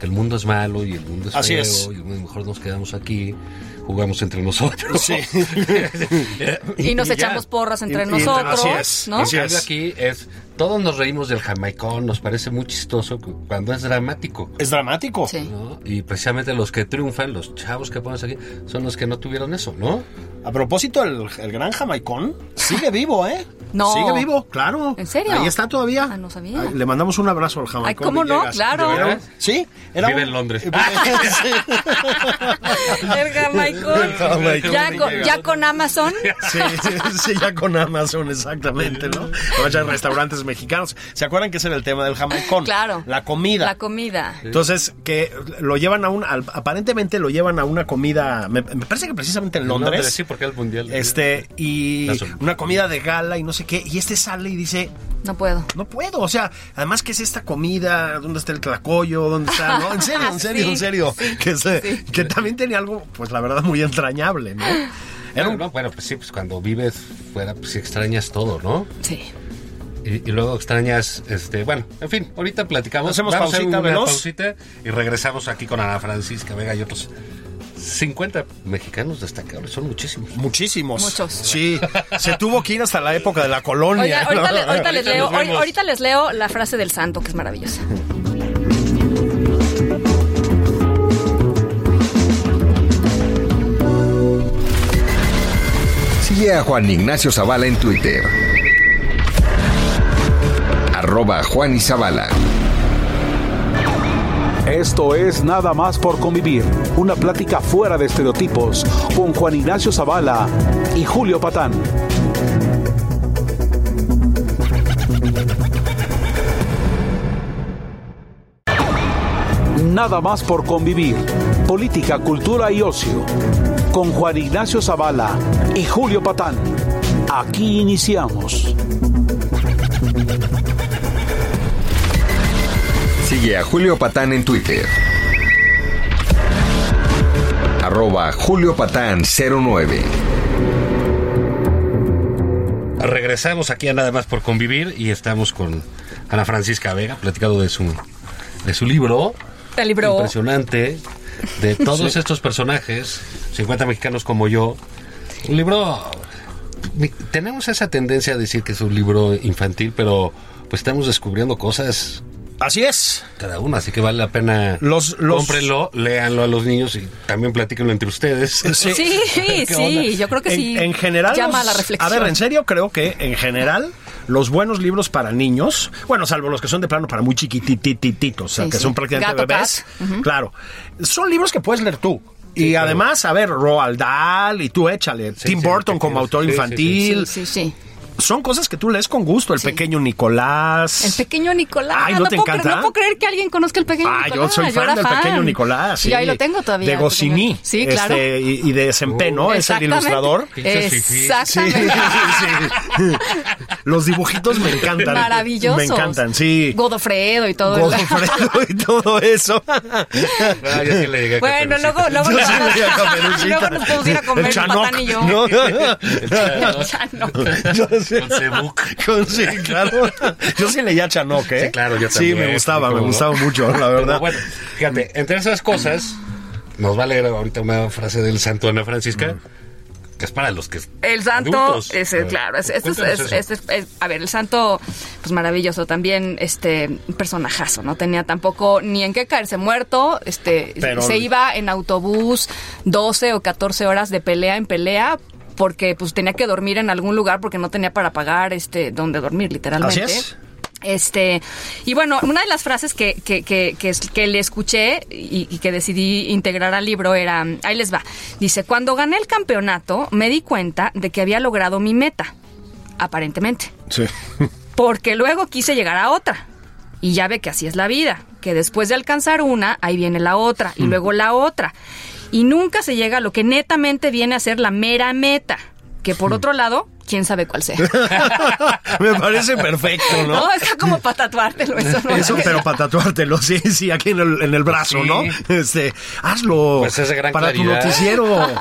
[SPEAKER 3] Que el mundo es malo y el mundo es
[SPEAKER 2] Así
[SPEAKER 3] feo,
[SPEAKER 2] es.
[SPEAKER 3] y mejor nos quedamos aquí, jugamos entre nosotros.
[SPEAKER 2] Sí.
[SPEAKER 4] y nos
[SPEAKER 3] ya.
[SPEAKER 4] echamos porras entre
[SPEAKER 2] Y- y-
[SPEAKER 4] nosotros,
[SPEAKER 2] así es,
[SPEAKER 4] ¿no?
[SPEAKER 3] En
[SPEAKER 2] así
[SPEAKER 3] cambio
[SPEAKER 2] es.
[SPEAKER 3] aquí es, todos nos reímos del jamaicón, nos parece muy chistoso cu- cuando es dramático.
[SPEAKER 2] Es dramático.
[SPEAKER 4] Sí.
[SPEAKER 3] ¿no? Y precisamente los que triunfan, los chavos que pones aquí, son los que no tuvieron eso, ¿no?
[SPEAKER 2] A propósito, el, el gran jamaicón sigue vivo, ¿eh?
[SPEAKER 4] No.
[SPEAKER 2] Sigue vivo, claro.
[SPEAKER 4] ¿En serio?
[SPEAKER 2] Ahí está todavía.
[SPEAKER 4] Ah, no sabía.
[SPEAKER 2] Ay, le mandamos un abrazo al jamaicón.
[SPEAKER 4] Ay, ¿cómo no?
[SPEAKER 2] Villegas.
[SPEAKER 4] Claro.
[SPEAKER 2] ¿De veras? Sí.
[SPEAKER 3] Vive en Londres.
[SPEAKER 2] Sí.
[SPEAKER 4] El Jamaicón.
[SPEAKER 2] Jamaicón
[SPEAKER 4] Ya
[SPEAKER 2] me
[SPEAKER 4] con,
[SPEAKER 2] llega.
[SPEAKER 4] ya con Amazon.
[SPEAKER 2] Sí, sí, sí, ya con Amazon, exactamente, ¿no? Vayan a restaurantes mexicanos. ¿Se acuerdan que ese era el tema del jamaicón?
[SPEAKER 4] Claro.
[SPEAKER 2] La comida.
[SPEAKER 4] La comida.
[SPEAKER 2] Entonces, que lo llevan a un. al- aparentemente lo llevan a una comida. Me, me parece que precisamente en Londres.
[SPEAKER 3] sí, porque el mundial.
[SPEAKER 2] Este, y
[SPEAKER 3] Las-
[SPEAKER 2] una comida de gala y no sé qué. Y este sale y dice:
[SPEAKER 4] No puedo.
[SPEAKER 2] No puedo. O sea, además, ¿qué es esta comida? ¿Dónde está el tlacoyo? ¿Dónde está? ¿No? En serio, en serio,
[SPEAKER 4] Sí,
[SPEAKER 2] en serio. que, se- que también tenía algo, pues la verdad, muy entrañable, ¿no? Era
[SPEAKER 3] Claro,
[SPEAKER 2] un-
[SPEAKER 3] no, bueno, pues sí, pues cuando vives fuera, pues sí extrañas todo, ¿no?
[SPEAKER 4] Sí.
[SPEAKER 3] Y, y luego extrañas, este, bueno, en fin, ahorita platicamos.
[SPEAKER 2] Hacemos
[SPEAKER 3] Vamos a
[SPEAKER 2] pausita
[SPEAKER 3] una
[SPEAKER 2] veloz.
[SPEAKER 3] pausita y regresamos aquí con Ana Francisca Vega y otros 50 mexicanos destacables, son muchísimos.
[SPEAKER 2] Muchísimos.
[SPEAKER 4] Muchos.
[SPEAKER 2] Sí. Se tuvo que ir hasta la época de la colonia.
[SPEAKER 4] Oiga, ahorita,
[SPEAKER 2] ¿no?
[SPEAKER 4] le- ahorita les leo,
[SPEAKER 3] nos vemos.
[SPEAKER 4] ahor- ahorita les leo la frase del santo, que es maravillosa.
[SPEAKER 5] Sigue a Juan Ignacio Zavala en Twitter. Arroba Juan y Zavala.
[SPEAKER 1] Esto es Nada más por convivir, una plática fuera de estereotipos con Juan Ignacio Zavala y Julio Patán. Nada más por convivir, política, cultura y ocio con Juan Ignacio Zavala y Julio Patán. Aquí iniciamos.
[SPEAKER 5] Sigue a Julio Patán en Twitter. Arroba Julio Patán 09.
[SPEAKER 3] Regresamos aquí a Nada más por convivir y estamos con Ana Francisca Vega, platicando de su, de su libro.
[SPEAKER 4] El libro.
[SPEAKER 3] Impresionante. De todos estos personajes, 50 mexicanos como yo. Un libro. mi- Tenemos esa tendencia a decir que es un libro infantil, pero pues estamos descubriendo cosas
[SPEAKER 2] Así es.
[SPEAKER 3] cada una, así que vale la pena.
[SPEAKER 2] Los- los-
[SPEAKER 3] Cómprenlo, léanlo a los niños y también platíquenlo entre ustedes.
[SPEAKER 4] Sí, sí,
[SPEAKER 2] ¿Qué onda?
[SPEAKER 4] yo creo que
[SPEAKER 2] En-
[SPEAKER 4] sí.
[SPEAKER 2] En, general.
[SPEAKER 4] Llama a la
[SPEAKER 2] los-
[SPEAKER 4] reflexión.
[SPEAKER 2] A ver, en serio, creo que en general. Los buenos libros para niños, bueno, salvo los que son de plano para muy chiquititititos, o sea,
[SPEAKER 4] Sí,
[SPEAKER 2] que
[SPEAKER 4] sí.
[SPEAKER 2] son prácticamente
[SPEAKER 4] Gato,
[SPEAKER 2] bebés, claro, son libros que puedes leer tú. Y además, a ver, Roald Dahl y tú échale, Tim
[SPEAKER 3] sí,
[SPEAKER 2] Burton
[SPEAKER 3] porque
[SPEAKER 2] como
[SPEAKER 3] tienes-
[SPEAKER 2] autor
[SPEAKER 3] sí, sí, sí.
[SPEAKER 2] infantil,
[SPEAKER 4] Sí, sí, sí.
[SPEAKER 2] son cosas que tú lees con gusto, El pequeño Nicolás.
[SPEAKER 4] El pequeño Nicolás.
[SPEAKER 2] Ay, ¿no te
[SPEAKER 4] puedo cre-
[SPEAKER 2] encanta?
[SPEAKER 4] no puedo creer que alguien conozca el pequeño
[SPEAKER 2] Ah,
[SPEAKER 4] Nicolás.
[SPEAKER 2] yo soy fan
[SPEAKER 4] era
[SPEAKER 2] del pequeño Nicolás. sí.
[SPEAKER 4] Y ahí lo tengo todavía.
[SPEAKER 2] De
[SPEAKER 4] el pequeño-
[SPEAKER 2] Goscinny.
[SPEAKER 4] Sí, claro. Uh,
[SPEAKER 2] este, y, y de Sempeno, es el
[SPEAKER 4] Exactamente.
[SPEAKER 2] ilustrador.
[SPEAKER 3] Pinches fifís.
[SPEAKER 4] Exactamente.
[SPEAKER 2] Sí, sí. Los dibujitos me encantan.
[SPEAKER 4] Maravillosos.
[SPEAKER 2] Me encantan, sí.
[SPEAKER 4] Godofredo y todo. el-
[SPEAKER 2] Godofredo y todo eso.
[SPEAKER 3] Ah, ya sí le llegué a
[SPEAKER 4] Bueno,
[SPEAKER 3] Caperucita.
[SPEAKER 4] luego,
[SPEAKER 2] Yo
[SPEAKER 4] luego, nos,
[SPEAKER 2] sí leí a Caperucita.
[SPEAKER 4] luego nos podemos ir a comer
[SPEAKER 2] El
[SPEAKER 4] el
[SPEAKER 2] Chanoc,
[SPEAKER 4] patán y yo.
[SPEAKER 2] ¿no?
[SPEAKER 4] El Chanoc.
[SPEAKER 2] Yo sí.
[SPEAKER 3] Con Cebuc.
[SPEAKER 2] Con- sí, claro. Yo sí leía Chanoc, ¿eh?
[SPEAKER 3] Sí, claro, yo
[SPEAKER 2] Sí,
[SPEAKER 3] también.
[SPEAKER 2] me gustaba, me
[SPEAKER 3] ¿Cómo no?
[SPEAKER 2] gustaba mucho, la
[SPEAKER 3] Pero
[SPEAKER 2] verdad.
[SPEAKER 3] bueno, fíjate, entre esas cosas, nos va a leer ahorita una frase del santo Ana Francisca, que es para los que...
[SPEAKER 4] El santo,
[SPEAKER 3] adultos.
[SPEAKER 4] es,
[SPEAKER 3] A ver,
[SPEAKER 4] claro, es, este es-
[SPEAKER 3] cuéntanos
[SPEAKER 4] es-
[SPEAKER 3] eso.
[SPEAKER 4] este es- es- a ver, el santo, pues maravilloso, también, este, un personajazo, no tenía tampoco ni en qué caerse muerto, este,
[SPEAKER 2] Pero-
[SPEAKER 4] se iba en autobús 12 o 14 horas de pelea en pelea, porque pues tenía que dormir en algún lugar porque no tenía para pagar, este, donde dormir, literalmente.
[SPEAKER 2] Así es.
[SPEAKER 4] Este, y bueno, una de las frases que, que, que, que, es- que le escuché y, y que decidí integrar al libro era, ahí les va, dice, cuando gané el campeonato me di cuenta de que había logrado mi meta, aparentemente,
[SPEAKER 2] Sí.
[SPEAKER 4] porque luego quise llegar a otra y ya ve que así es la vida, ¿ok? que después de alcanzar una, ahí viene la otra
[SPEAKER 2] Mm.
[SPEAKER 4] y luego la otra. Y nunca se llega a lo que netamente viene a ser la mera meta, que
[SPEAKER 2] Mm.
[SPEAKER 4] por otro lado, quién sabe cuál sea.
[SPEAKER 2] Me parece perfecto,
[SPEAKER 4] No,
[SPEAKER 2] ¿no?
[SPEAKER 4] está como para tatuártelo eso. ¿no?
[SPEAKER 2] Eso, pero para tatuártelo, sí, sí, aquí en el, en el brazo,
[SPEAKER 3] Sí.
[SPEAKER 2] ¿no? Este, hazlo.
[SPEAKER 3] Pues es de gran
[SPEAKER 2] para
[SPEAKER 3] claridad.
[SPEAKER 2] tu noticiero.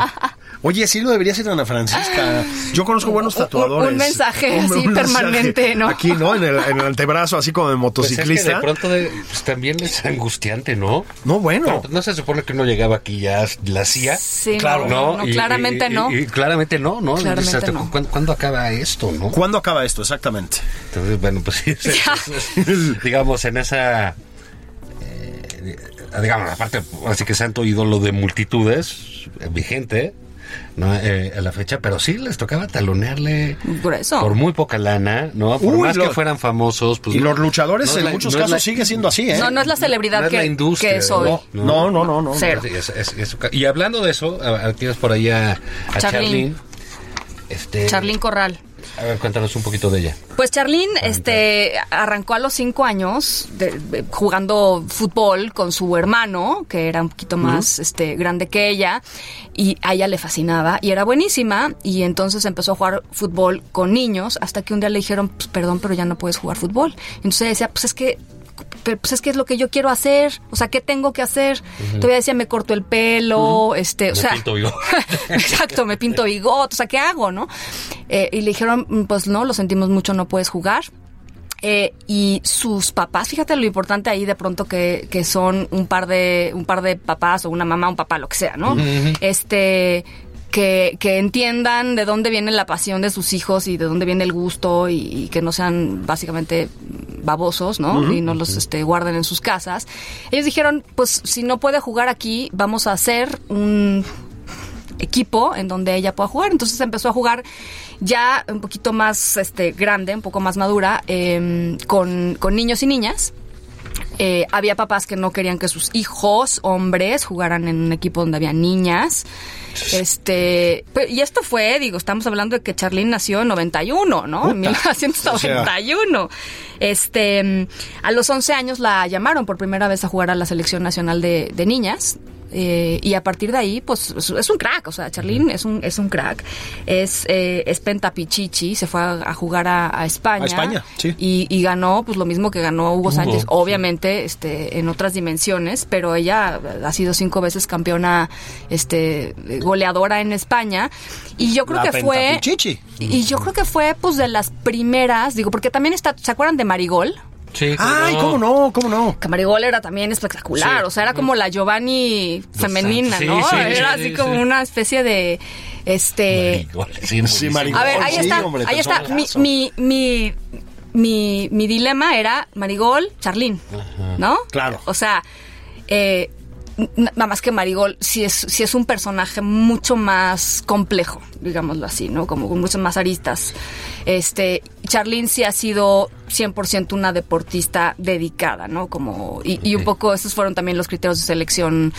[SPEAKER 2] Oye, sí lo debería hacer Ana Francisca. Yo conozco buenos
[SPEAKER 4] Un- un-
[SPEAKER 2] tatuadores.
[SPEAKER 4] un mensaje así permanente, ¿no?
[SPEAKER 2] Aquí, ¿no? En el, en el antebrazo, así como de
[SPEAKER 3] Pues es que
[SPEAKER 2] motociclista.
[SPEAKER 3] de pronto de- pues también es angustiante, ¿no?
[SPEAKER 2] No, bueno.
[SPEAKER 3] No se supone que uno llegaba aquí ya la hacía.
[SPEAKER 4] Sí, Claro. no, no, claramente no.
[SPEAKER 3] Y, claramente no, ¿no?
[SPEAKER 4] Claramente
[SPEAKER 3] Dices, ¿hasta
[SPEAKER 4] no.
[SPEAKER 3] cu- ¿cuándo, cuándo acaba esto, no?
[SPEAKER 2] ¿Cuándo acaba esto exactamente?
[SPEAKER 3] Entonces, bueno, pues sí, es- es- digamos, en esa, eh, digamos, aparte, así que santo ídolo de multitudes, eh, vigente, ¿no? Eh, a la fecha, pero sí les tocaba talonearle
[SPEAKER 4] Grueso.
[SPEAKER 3] por muy poca lana, ¿no? Por
[SPEAKER 2] Uy,
[SPEAKER 3] más
[SPEAKER 2] lo-
[SPEAKER 3] que fueran famosos. Pues,
[SPEAKER 2] Y
[SPEAKER 3] no-
[SPEAKER 2] los luchadores
[SPEAKER 3] no es
[SPEAKER 2] en
[SPEAKER 3] la-
[SPEAKER 2] muchos
[SPEAKER 3] no es
[SPEAKER 2] casos
[SPEAKER 3] la-
[SPEAKER 2] sigue siendo así, ¿eh?
[SPEAKER 4] No, no es la celebridad
[SPEAKER 3] No es
[SPEAKER 4] que,
[SPEAKER 3] la industria,
[SPEAKER 4] que soy.
[SPEAKER 3] ¿no?
[SPEAKER 2] no, no, no. no.
[SPEAKER 4] Cero.
[SPEAKER 3] Es- es- es- y hablando de eso, a- a- tienes por ahí a, a Charlene.
[SPEAKER 4] Charlene.
[SPEAKER 3] Este,
[SPEAKER 4] Charlín Corral.
[SPEAKER 3] A ver, cuéntanos un poquito de ella.
[SPEAKER 4] Pues Charlín este, arrancó a los cinco años de- de- jugando fútbol con su hermano, que era un poquito más este, grande que ella, y a ella le fascinaba y era buenísima, y entonces empezó a jugar fútbol con niños, hasta que un día le dijeron, "Pues, perdón, pero ya no puedes jugar fútbol. Entonces ella decía, pues es que pero pues es que es lo que yo quiero hacer, o sea, ¿qué tengo que hacer? Todavía decía, me corto el pelo, este,
[SPEAKER 3] Me
[SPEAKER 4] o sea...
[SPEAKER 3] pinto bigote.
[SPEAKER 2] Ah.
[SPEAKER 4] exacto, me pinto bigote, o sea, ¿qué hago, no? Eh, y le dijeron, "Mm, pues no, lo sentimos mucho, no puedes jugar. Eh, y sus papás, fíjate lo importante ahí de pronto que, que son un par de un par de papás o una mamá, un papá, lo que sea, ¿no? Este que, que entiendan de dónde viene la pasión de sus hijos y de dónde viene el gusto y, y que no sean básicamente babosos, ¿no? Y no los este, guarden en sus casas. Ellos dijeron, pues si no puede jugar aquí, vamos a hacer un equipo en donde ella pueda jugar. Entonces empezó a jugar ya un poquito más este, grande, un poco más madura, eh, con, con niños y niñas. Eh, había papás que no querían que sus hijos hombres jugaran en un equipo donde había niñas. Este, pe- y esto fue, digo, estamos hablando de que Charlene nació en 91, ¿no? En 1991. Este, mm, a los 11 años la llamaron por primera vez a jugar a la selección nacional de, de niñas. eh, y a partir de ahí, pues es- es un crack, o sea, Charlene es un, es un crack, es, eh, es pentapichichi, se fue a, a jugar a, a España.
[SPEAKER 2] A España, sí.
[SPEAKER 4] Y, y ganó pues lo mismo que ganó Hugo Sánchez,
[SPEAKER 3] sí.
[SPEAKER 4] obviamente este en otras dimensiones, pero ella ha sido cinco veces campeona este goleadora en España y yo creo
[SPEAKER 2] La
[SPEAKER 4] que fue
[SPEAKER 2] pentapichichi.
[SPEAKER 4] y yo creo que fue pues de las primeras, digo, porque también está ¿se acuerdan de Marigol?
[SPEAKER 3] Sí,
[SPEAKER 2] Ay, ¿cómo no? ¿Cómo no?
[SPEAKER 4] Que Marigol era también espectacular,
[SPEAKER 3] Sí.
[SPEAKER 4] o sea, era como la Giovanni femenina,
[SPEAKER 3] Sí,
[SPEAKER 4] ¿no?
[SPEAKER 3] sí, sí,
[SPEAKER 4] era así
[SPEAKER 3] sí,
[SPEAKER 4] como
[SPEAKER 3] sí.
[SPEAKER 4] una especie de este
[SPEAKER 3] Marigol, sí, buenísimo.
[SPEAKER 2] Marigol.
[SPEAKER 4] a ver, ahí
[SPEAKER 2] Sí,
[SPEAKER 4] está,
[SPEAKER 2] hombre,
[SPEAKER 4] ahí está. Mi,
[SPEAKER 2] personajazo.
[SPEAKER 4] mi, mi, mi, mi dilema era Marigol, Charlín, ¿no?
[SPEAKER 2] Claro.
[SPEAKER 4] O sea, eh, n- nada más que Marigol sí es, sí es un personaje mucho más complejo, digámoslo así, ¿no? Como con muchas más aristas. Este, Charlene sí ha sido 100% una deportista dedicada, ¿no? Como, y, y un poco esos fueron también los criterios de selección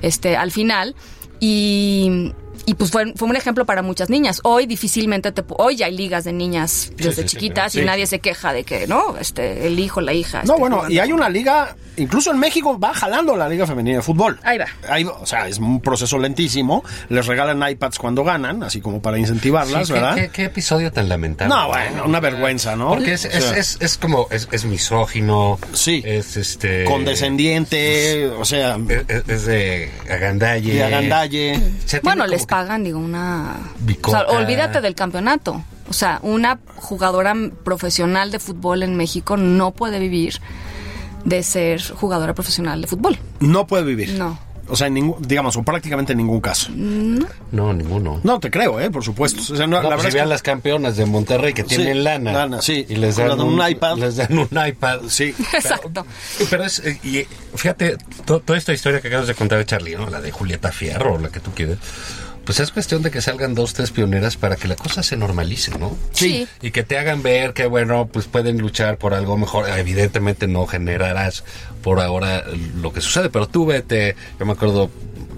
[SPEAKER 4] este, al final. Y, y pues fue, fue un ejemplo para muchas niñas. Hoy difícilmente te... pu- Hoy ya hay ligas de niñas
[SPEAKER 3] sí,
[SPEAKER 4] desde
[SPEAKER 3] sí,
[SPEAKER 4] chiquitas
[SPEAKER 3] sí,
[SPEAKER 4] y
[SPEAKER 3] sí.
[SPEAKER 4] nadie se queja de que, ¿no? Este, el hijo, la hija.
[SPEAKER 2] No,
[SPEAKER 4] este,
[SPEAKER 2] bueno,
[SPEAKER 4] jugando.
[SPEAKER 2] y hay una liga, incluso en México va jalando la Liga Femenina de Fútbol.
[SPEAKER 4] Ahí va.
[SPEAKER 2] Ahí va, o sea, es un proceso lentísimo. Les regalan iPads cuando ganan, así como para incentivarlas,
[SPEAKER 3] Sí, ¿qué-
[SPEAKER 2] ¿verdad?
[SPEAKER 3] Qué, qué episodio tan lamentable?
[SPEAKER 2] No, bueno, una vergüenza, ¿no?
[SPEAKER 3] Porque es,
[SPEAKER 2] O
[SPEAKER 3] es,
[SPEAKER 2] sea,
[SPEAKER 3] es, es como, es, es misógino.
[SPEAKER 2] Sí.
[SPEAKER 3] Es este.
[SPEAKER 2] condescendiente, o sea,
[SPEAKER 3] Es, es- es de agandalle.
[SPEAKER 2] y agandalle.
[SPEAKER 3] Se tiene
[SPEAKER 4] Bueno,
[SPEAKER 3] como
[SPEAKER 4] les
[SPEAKER 3] que-
[SPEAKER 4] pagan, digo, una... O
[SPEAKER 3] Bicota.
[SPEAKER 4] sea, olvídate del campeonato. O sea, una jugadora profesional de fútbol en México no puede vivir de ser jugadora profesional de fútbol.
[SPEAKER 2] No puede vivir.
[SPEAKER 4] No.
[SPEAKER 2] O sea, en ningún, digamos, o prácticamente en ningún caso.
[SPEAKER 3] No, ninguno.
[SPEAKER 2] No, te creo, ¿eh? Por supuesto. O sea, no,
[SPEAKER 3] No,
[SPEAKER 2] la
[SPEAKER 3] pues si
[SPEAKER 2] verdad es
[SPEAKER 3] vean
[SPEAKER 2] que-
[SPEAKER 3] las campeonas de Monterrey que tienen lana.
[SPEAKER 2] lana, sí.
[SPEAKER 3] Y les
[SPEAKER 2] Con la
[SPEAKER 3] dan
[SPEAKER 2] de un iPad.
[SPEAKER 3] Les dan un iPad.
[SPEAKER 2] Sí.
[SPEAKER 4] Exacto.
[SPEAKER 3] Pero es, eh, y, eh, fíjate, to- toda esta historia que acabas de contar de Charlie, ¿no? la de Julieta Fierro, la que tú quieres, pues es cuestión de que salgan dos, tres pioneras para que la cosa se normalice, ¿no?
[SPEAKER 4] Sí.
[SPEAKER 3] Y que te hagan ver que, bueno, pues pueden luchar por algo mejor. Evidentemente no generarás por ahora lo que sucede, pero tú vete, yo me acuerdo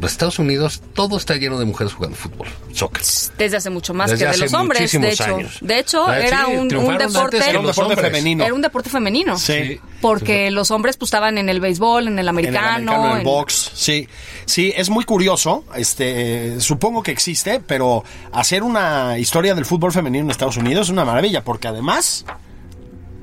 [SPEAKER 3] Estados Unidos todo está lleno de mujeres jugando fútbol, soccer.
[SPEAKER 4] Desde hace mucho más
[SPEAKER 3] Desde
[SPEAKER 4] que de
[SPEAKER 3] hace
[SPEAKER 4] los hombres, de
[SPEAKER 3] muchísimos
[SPEAKER 4] hecho.
[SPEAKER 3] años.
[SPEAKER 4] De hecho,
[SPEAKER 3] Ah, sí,
[SPEAKER 4] era un- un,
[SPEAKER 3] triunfaron antes
[SPEAKER 4] deporte,
[SPEAKER 3] que
[SPEAKER 2] Era un
[SPEAKER 3] los
[SPEAKER 2] deporte
[SPEAKER 3] hombres.
[SPEAKER 2] femenino.
[SPEAKER 4] era un deporte femenino.
[SPEAKER 2] Sí.
[SPEAKER 4] Porque los hombres pues estaban en el béisbol, en el
[SPEAKER 2] En el
[SPEAKER 4] americano,
[SPEAKER 2] americano, en el
[SPEAKER 4] en-
[SPEAKER 2] box, sí. Sí, es muy curioso. Este, eh, supongo que existe, pero hacer una historia del fútbol femenino en Estados Unidos es una maravilla, porque además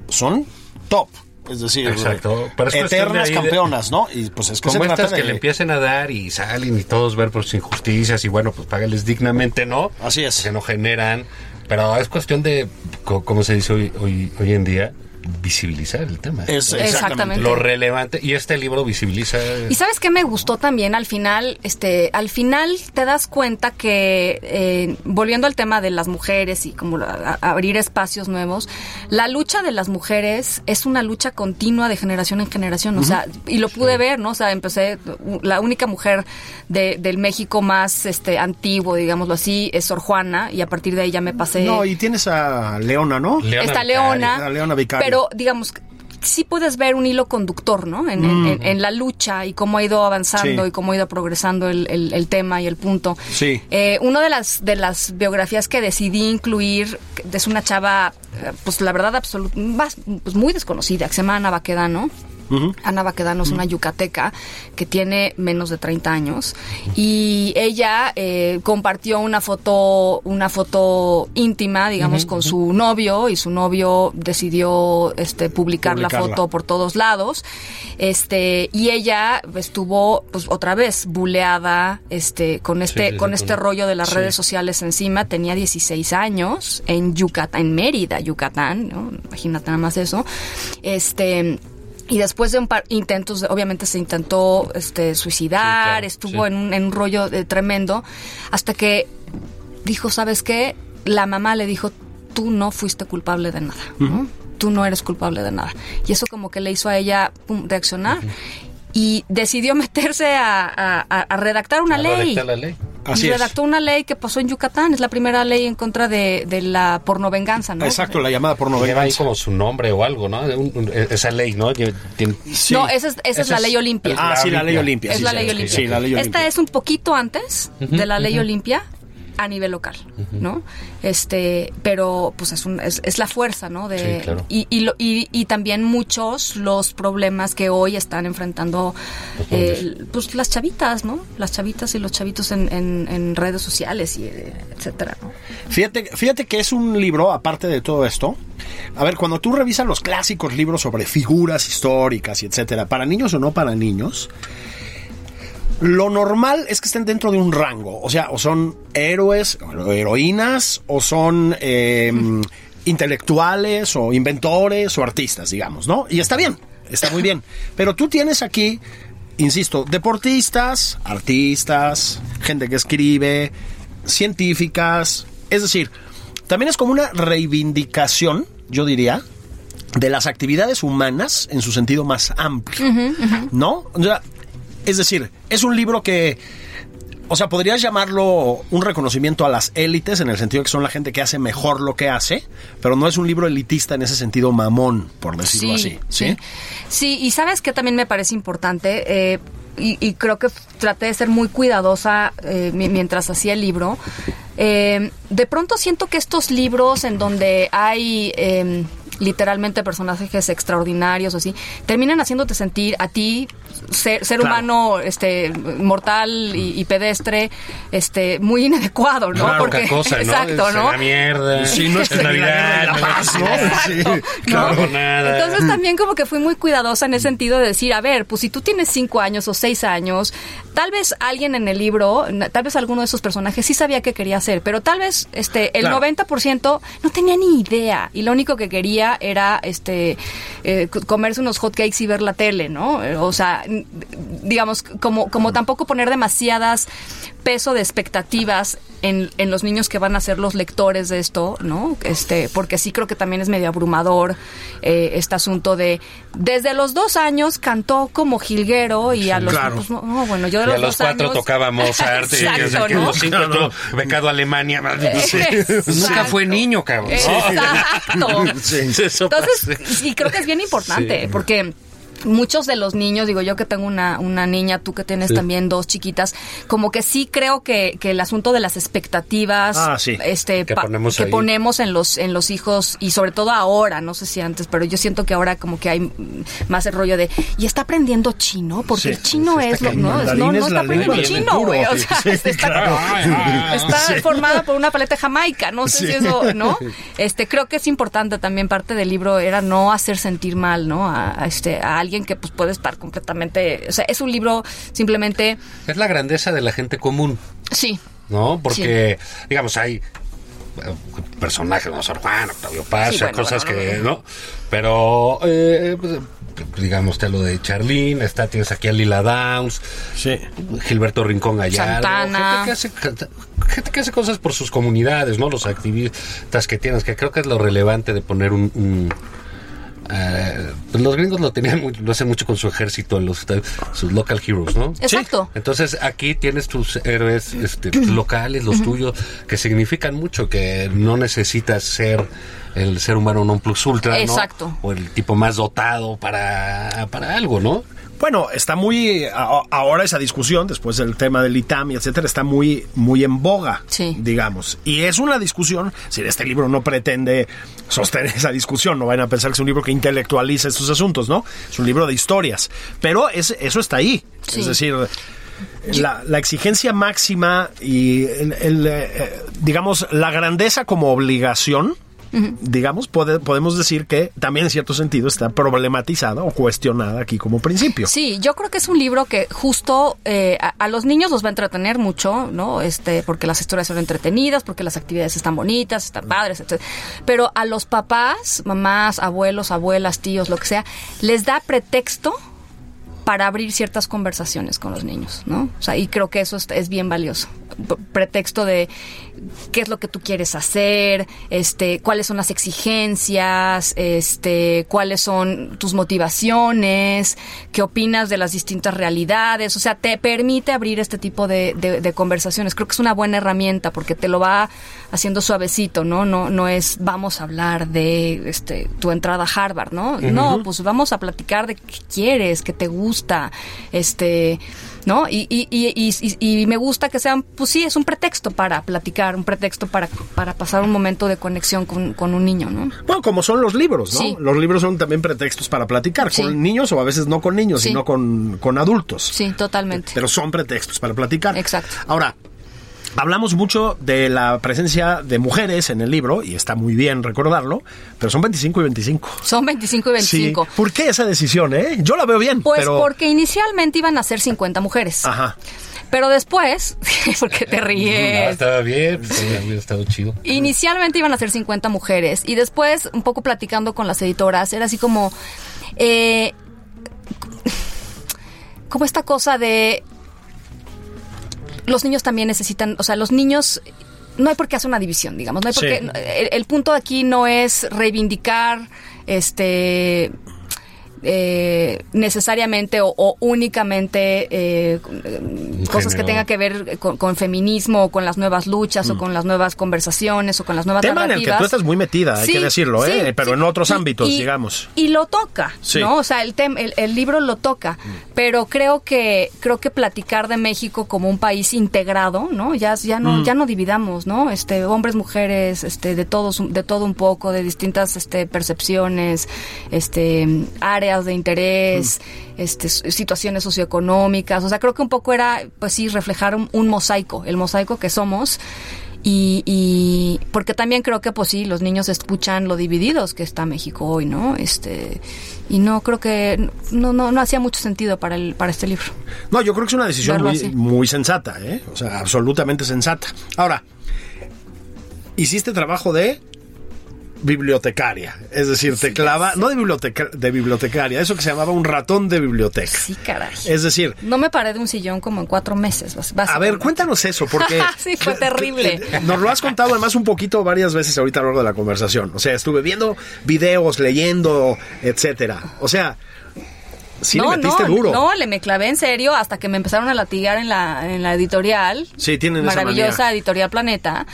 [SPEAKER 2] son top. Es decir, eh,
[SPEAKER 3] Exacto, pero es cuestión de
[SPEAKER 2] eternas
[SPEAKER 3] ahí de-
[SPEAKER 2] campeonas, ¿no? Y pues es que se
[SPEAKER 3] Como
[SPEAKER 2] trata
[SPEAKER 3] estas que
[SPEAKER 2] de-
[SPEAKER 3] le empiecen a dar y salen y todos ver por sus injusticias y bueno, pues págales dignamente, ¿no?
[SPEAKER 2] Así es.
[SPEAKER 3] Que no generan. Pero es cuestión de, co- como se dice hoy, hoy, hoy en día, visibilizar el tema.
[SPEAKER 2] Es-
[SPEAKER 4] Exactamente.
[SPEAKER 3] Lo relevante. Y este libro visibiliza...
[SPEAKER 4] Y sabes qué me gustó también al final, este, al final te das cuenta que eh, volviendo al tema de las mujeres y como la- a- abrir espacios nuevos, la lucha de las mujeres es una lucha continua de generación en generación, o sea, y lo pude ver, ¿no? O sea, empecé u- la única mujer de- del México más este antiguo, digámoslo así, es Sor Juana y a partir de ahí ya me pasé
[SPEAKER 2] No, y tienes a Leona, ¿no?
[SPEAKER 3] Leona
[SPEAKER 4] esta
[SPEAKER 3] Vicario.
[SPEAKER 4] Leona,
[SPEAKER 2] la Leona Vicario.
[SPEAKER 4] pero digamos sí puedes ver un hilo conductor, ¿no? En, en- en- en la lucha y cómo ha ido avanzando
[SPEAKER 2] Mm. Sí.
[SPEAKER 4] y cómo ha ido progresando el, el- el tema y el punto.
[SPEAKER 2] Sí.
[SPEAKER 4] Eh, una de las de las biografías que decidí incluir que es una chava, eh, pues la verdad absoluta, pues muy desconocida, que se llama Ana Baquedano. Ana Baquedano es una yucateca que tiene menos de 30 años y ella eh, compartió una foto una foto íntima, digamos, con su novio y su novio decidió este publicar la
[SPEAKER 2] Publicarla.
[SPEAKER 4] foto por todos lados. Este y ella estuvo pues otra vez buleada este con este
[SPEAKER 3] sí, sí,
[SPEAKER 4] con
[SPEAKER 3] con-
[SPEAKER 4] este rollo de las redes sociales encima, tenía 16 años en Yucatán, en Mérida, Yucatán, ¿no? Imagínate nada más eso. Este y después de un par intentos, de- obviamente se intentó este, suicidar,
[SPEAKER 3] claro,
[SPEAKER 4] estuvo
[SPEAKER 3] sí.
[SPEAKER 4] en, un, en un rollo eh, tremendo, hasta que dijo, ¿sabes qué? La mamá le dijo, tú no fuiste culpable de nada, ¿no? tú no eres culpable de nada. Y eso como que le hizo a ella pum, reaccionar y decidió meterse a, a- a- a redactar una
[SPEAKER 3] Ah,
[SPEAKER 4] ley.
[SPEAKER 3] redacta la ley.
[SPEAKER 2] Así
[SPEAKER 4] y
[SPEAKER 2] es.
[SPEAKER 4] redactó una ley que pasó en Yucatán, es la primera ley en contra de, de la pornovenganza, ¿no?
[SPEAKER 2] Ah, Exacto, la llamada por
[SPEAKER 3] Lleva
[SPEAKER 2] novela.
[SPEAKER 3] ahí como su nombre o algo, ¿no? Un- un- e-, esa ley, ¿no? Lleva- tiene-
[SPEAKER 4] No, esa es- esa es la ley Olimpia.
[SPEAKER 2] Ah, sí, la ley Olimpia.
[SPEAKER 4] Es
[SPEAKER 2] sí,
[SPEAKER 4] la
[SPEAKER 2] sí,
[SPEAKER 4] ley
[SPEAKER 2] sí,
[SPEAKER 4] Olimpia.
[SPEAKER 2] Sí, la ley
[SPEAKER 4] Esta
[SPEAKER 2] Olimpia.
[SPEAKER 4] es un poquito antes de la ley Olimpia a nivel local, ¿no? Este, pero pues es, un- es, es la fuerza, ¿no? De,
[SPEAKER 3] Sí, claro.
[SPEAKER 4] y, y, lo- y- y también muchos los problemas que hoy están enfrentando eh, l- pues las chavitas, ¿no? Las chavitas y los chavitos en, en- en redes sociales y eh, etcétera, ¿no?
[SPEAKER 2] Fíjate, fíjate que es un libro, aparte de todo esto. A ver, cuando tú revisas los clásicos libros sobre figuras históricas y etcétera, para niños o no para niños, lo normal es que estén dentro de un rango. O sea, o son héroes, o heroínas, o son eh, intelectuales, o inventores, o artistas, digamos, ¿no? Y está bien, está muy bien. Pero tú tienes aquí, insisto, deportistas, artistas, gente que escribe, científicas. Es decir, también es como una reivindicación, yo diría, de las actividades humanas en su sentido más amplio, ¿no? O sea, es decir, es un libro que, o sea, podrías llamarlo un reconocimiento a las élites en el sentido que son la gente que hace mejor lo que hace, pero no es un libro elitista en ese sentido mamón, por decirlo así, ¿sí?
[SPEAKER 4] sí. Sí, y sabes que también me parece importante, eh, y, y creo que traté de ser muy cuidadosa eh, mi- mientras hacía el libro. Eh, de pronto siento que estos libros en donde hay eh, literalmente personajes extraordinarios o así, terminan haciéndote sentir a ti, ser, ser
[SPEAKER 2] Claro.
[SPEAKER 4] humano este mortal y, y pedestre, este muy inadecuado, ¿no?
[SPEAKER 3] Claro, poca cosa, ¿no?
[SPEAKER 4] Exacto,
[SPEAKER 3] Es
[SPEAKER 4] ¿no?
[SPEAKER 3] La mierda.
[SPEAKER 2] Sí, no
[SPEAKER 3] es
[SPEAKER 2] es la mierda y
[SPEAKER 3] Navidad.
[SPEAKER 2] la
[SPEAKER 3] no
[SPEAKER 2] paz,
[SPEAKER 3] es-
[SPEAKER 2] ¿no?
[SPEAKER 4] Exacto,
[SPEAKER 2] Sí,
[SPEAKER 4] ¿no?
[SPEAKER 3] claro, nada.
[SPEAKER 4] Entonces también como que fui muy cuidadosa en el sentido de decir, a ver, pues si tú tienes cinco años o seis años, tal vez alguien en el libro, na- tal vez alguno de esos personajes sí sabía qué quería hacer, pero tal vez este el
[SPEAKER 2] Claro.
[SPEAKER 4] 90% no tenía ni idea y lo único que quería era este eh, c- comerse unos hotcakes y ver la tele, ¿no? Eh, O sea, n- digamos como como tampoco poner demasiadas peso de expectativas en, en los niños que van a ser los lectores de esto, ¿no? Este, porque sí creo que también es medio abrumador eh, este asunto de desde los dos años cantó como jilguero y a los
[SPEAKER 2] Claro.
[SPEAKER 4] pues, no, no, bueno yo de
[SPEAKER 3] Y a
[SPEAKER 4] los,
[SPEAKER 3] los
[SPEAKER 4] dos
[SPEAKER 3] cuatro
[SPEAKER 4] años-
[SPEAKER 3] tocaba Mozart. y que-
[SPEAKER 4] Exacto,
[SPEAKER 3] que
[SPEAKER 4] ¿no?
[SPEAKER 3] los cinco
[SPEAKER 2] Claro.
[SPEAKER 3] tú, becado a Alemania.
[SPEAKER 4] Exacto.
[SPEAKER 3] Nunca fue niño, cabrón.
[SPEAKER 4] Exacto.
[SPEAKER 3] Eso pasa.
[SPEAKER 4] Entonces, y creo que es bien importante, porque muchos de los niños, digo yo que tengo una, una niña, tú que tienes también dos chiquitas, como que sí creo que, que el asunto de las expectativas
[SPEAKER 2] Ah, sí,
[SPEAKER 4] este,
[SPEAKER 3] que
[SPEAKER 4] pa-
[SPEAKER 3] ponemos
[SPEAKER 4] que
[SPEAKER 3] ahí.
[SPEAKER 4] ponemos en los, en los hijos y sobre todo ahora, no sé si antes, pero yo siento que ahora como que hay mm, más el rollo de, y está aprendiendo chino, porque
[SPEAKER 2] Sí,
[SPEAKER 4] el chino
[SPEAKER 3] sí, está
[SPEAKER 4] es, lo,
[SPEAKER 3] cañón.
[SPEAKER 4] no, es-
[SPEAKER 2] Mandarín
[SPEAKER 4] no, no
[SPEAKER 2] es
[SPEAKER 4] está
[SPEAKER 2] la lengua
[SPEAKER 4] aprendiendo
[SPEAKER 2] del
[SPEAKER 4] chino,
[SPEAKER 2] futuro,
[SPEAKER 4] güey, o
[SPEAKER 2] sí,
[SPEAKER 4] sea,
[SPEAKER 2] sí,
[SPEAKER 4] está,
[SPEAKER 2] claro.
[SPEAKER 4] está
[SPEAKER 2] Sí.
[SPEAKER 4] formada por una paleta jamaica, no sé si eso, ¿no? Este, creo que es importante también parte del libro era no hacer sentir mal, ¿no? A, a este, a alguien que pues puede estar completamente, o sea, es un libro simplemente,
[SPEAKER 3] Es la grandeza de la gente común,
[SPEAKER 4] sí,
[SPEAKER 3] ¿no? Porque, digamos, hay bueno, personajes como Sor Juan, Octavio Paz,
[SPEAKER 4] Sí, bueno,
[SPEAKER 3] cosas
[SPEAKER 4] bueno,
[SPEAKER 3] que, ¿no? Pero, eh, pues, digamos, está lo de Charlene, está, tienes aquí a Lila Downs,
[SPEAKER 2] Sí.
[SPEAKER 3] Gilberto Rincón Gallardo, gente
[SPEAKER 4] Santana.
[SPEAKER 3] que, hace, gente que hace cosas por sus comunidades, ¿no? Los activistas que tienes, que creo que es lo relevante de poner un... un, eh, pues los gringos lo tenían, muy- lo hacen mucho con su ejército, los, sus local heroes, ¿no?
[SPEAKER 4] exacto.
[SPEAKER 3] Entonces aquí tienes tus héroes este, tus locales, los tuyos, que significan mucho, que no necesitas ser el ser humano non plus ultra, ¿no?
[SPEAKER 4] Exacto.
[SPEAKER 3] O el tipo más dotado para, para algo, ¿no?
[SPEAKER 2] Bueno, está muy a- ahora esa discusión después del tema del ITAM y etcétera está muy muy en boga,
[SPEAKER 4] Sí.
[SPEAKER 2] digamos. Y es una discusión, si este libro no pretende sostener esa discusión, no vayan a pensar que es un libro que intelectualiza estos asuntos, ¿no? Es un libro de historias, pero es, eso está ahí.
[SPEAKER 4] Sí.
[SPEAKER 2] Es decir, la, la exigencia máxima y el, el, eh, eh, digamos la grandeza como obligación digamos puede- podemos decir que también en cierto sentido está problematizada o cuestionada aquí como principio
[SPEAKER 4] Sí, yo creo que es un libro que justo eh, a, a los niños los va a entretener mucho, ¿no? Este, porque las historias son entretenidas, porque las actividades están bonitas, están padres, etc. Pero a los papás, mamás, abuelos, abuelas, tíos, lo que sea, les da pretexto para abrir ciertas conversaciones con los niños, ¿no? O sea, y creo que eso es, es bien valioso. P- pretexto de qué es lo que tú quieres hacer, este, cuáles son las exigencias, este, cuáles son tus motivaciones, qué opinas de las distintas realidades. O sea, te permite abrir este tipo de, de- de conversaciones. Creo que es una buena herramienta porque te lo va haciendo suavecito, ¿no? No, no es vamos a hablar de este, tu entrada a Harvard, ¿no? No, pues vamos a platicar de qué quieres, qué te gusta, este, ¿no? Y, y, y, y- y- y me gusta que sean, pues sí, es un pretexto para platicar, un pretexto para, para pasar un momento de conexión con, con un niño, ¿no?
[SPEAKER 2] bueno como son los libros no
[SPEAKER 4] Sí.
[SPEAKER 2] los libros son también pretextos para platicar
[SPEAKER 4] Sí.
[SPEAKER 2] con niños o a veces no con niños
[SPEAKER 4] Sí.
[SPEAKER 2] sino con, con adultos
[SPEAKER 4] Sí, totalmente.
[SPEAKER 2] pero son pretextos para platicar
[SPEAKER 4] Exacto.
[SPEAKER 2] ahora Hablamos mucho de la presencia de mujeres en el libro, y está muy bien recordarlo, pero son 25 y 25.
[SPEAKER 4] Son 25 y 25.
[SPEAKER 2] Sí. ¿Por qué esa decisión, eh? Yo la veo bien,
[SPEAKER 4] Pues
[SPEAKER 2] pero... Ah.
[SPEAKER 4] porque inicialmente iban a ser 50 mujeres,
[SPEAKER 2] Ajá.
[SPEAKER 4] pero después, porque te
[SPEAKER 3] Ah,
[SPEAKER 4] ríes,
[SPEAKER 3] estaba bien, pues, había estado chido.
[SPEAKER 4] Inicialmente iban a ser 50 mujeres y después, un poco platicando con las editoras, era así como... eh, como esta cosa de... Los niños también necesitan, o sea, los niños... No hay por qué hacer una división, digamos. No hay por
[SPEAKER 2] Sí.
[SPEAKER 4] qué- el, el punto aquí no es reivindicar este eh, necesariamente o, o únicamente eh, cosas que
[SPEAKER 3] género.
[SPEAKER 4] tenga que ver con, con feminismo o con las nuevas luchas o con las nuevas conversaciones o con las nuevas
[SPEAKER 2] Mm. Tema en el que
[SPEAKER 4] narrativas.
[SPEAKER 2] tú estás muy metida, hay que decirlo, ¿eh? Pero en otros ámbitos, digamos.
[SPEAKER 4] Y lo toca,
[SPEAKER 2] Sí.
[SPEAKER 4] ¿no? O sea, el, tem- el, el libro lo toca, pero creo que creo que platicar de México como un país integrado, ¿no? Ya ya no ya no dividamos, ¿no? Este hombres, mujeres, este de todos un- de todo un poco, de distintas este percepciones, este áreas de interés, este s- situaciones socioeconómicas, o sea, creo que un poco era pues sí reflejar un, un mosaico, el mosaico que somos. Y, y porque también creo que pues sí los niños escuchan lo divididos que está México hoy no este y no creo que no no no hacía mucho sentido para el para este libro
[SPEAKER 2] No, yo creo que es una decisión
[SPEAKER 4] Verlo
[SPEAKER 2] muy,
[SPEAKER 4] así.
[SPEAKER 2] muy sensata, ¿eh? O sea, absolutamente sensata. Ahora, hiciste trabajo de bibliotecaria, es decir, te clava, no de, biblioteca, de bibliotecaria, eso que se llamaba un ratón de biblioteca.
[SPEAKER 4] sí caray
[SPEAKER 2] Es decir,
[SPEAKER 4] no me paré de un sillón como en cuatro meses bas-
[SPEAKER 2] a ver,
[SPEAKER 4] básicamente.
[SPEAKER 2] cuéntanos eso, porque...
[SPEAKER 4] Sí, fue terrible.
[SPEAKER 2] Nos lo has contado además un poquito varias veces ahorita a lo largo de la conversación. O sea, estuve viendo videos, leyendo, etcétera. O sea, sí le metiste
[SPEAKER 4] no,
[SPEAKER 2] duro.
[SPEAKER 4] No, le me clavé en serio hasta que me empezaron a latigar en la, en la editorial.
[SPEAKER 2] Sí, tienen esa
[SPEAKER 4] Maravillosa
[SPEAKER 2] manía.
[SPEAKER 4] editorial Planeta,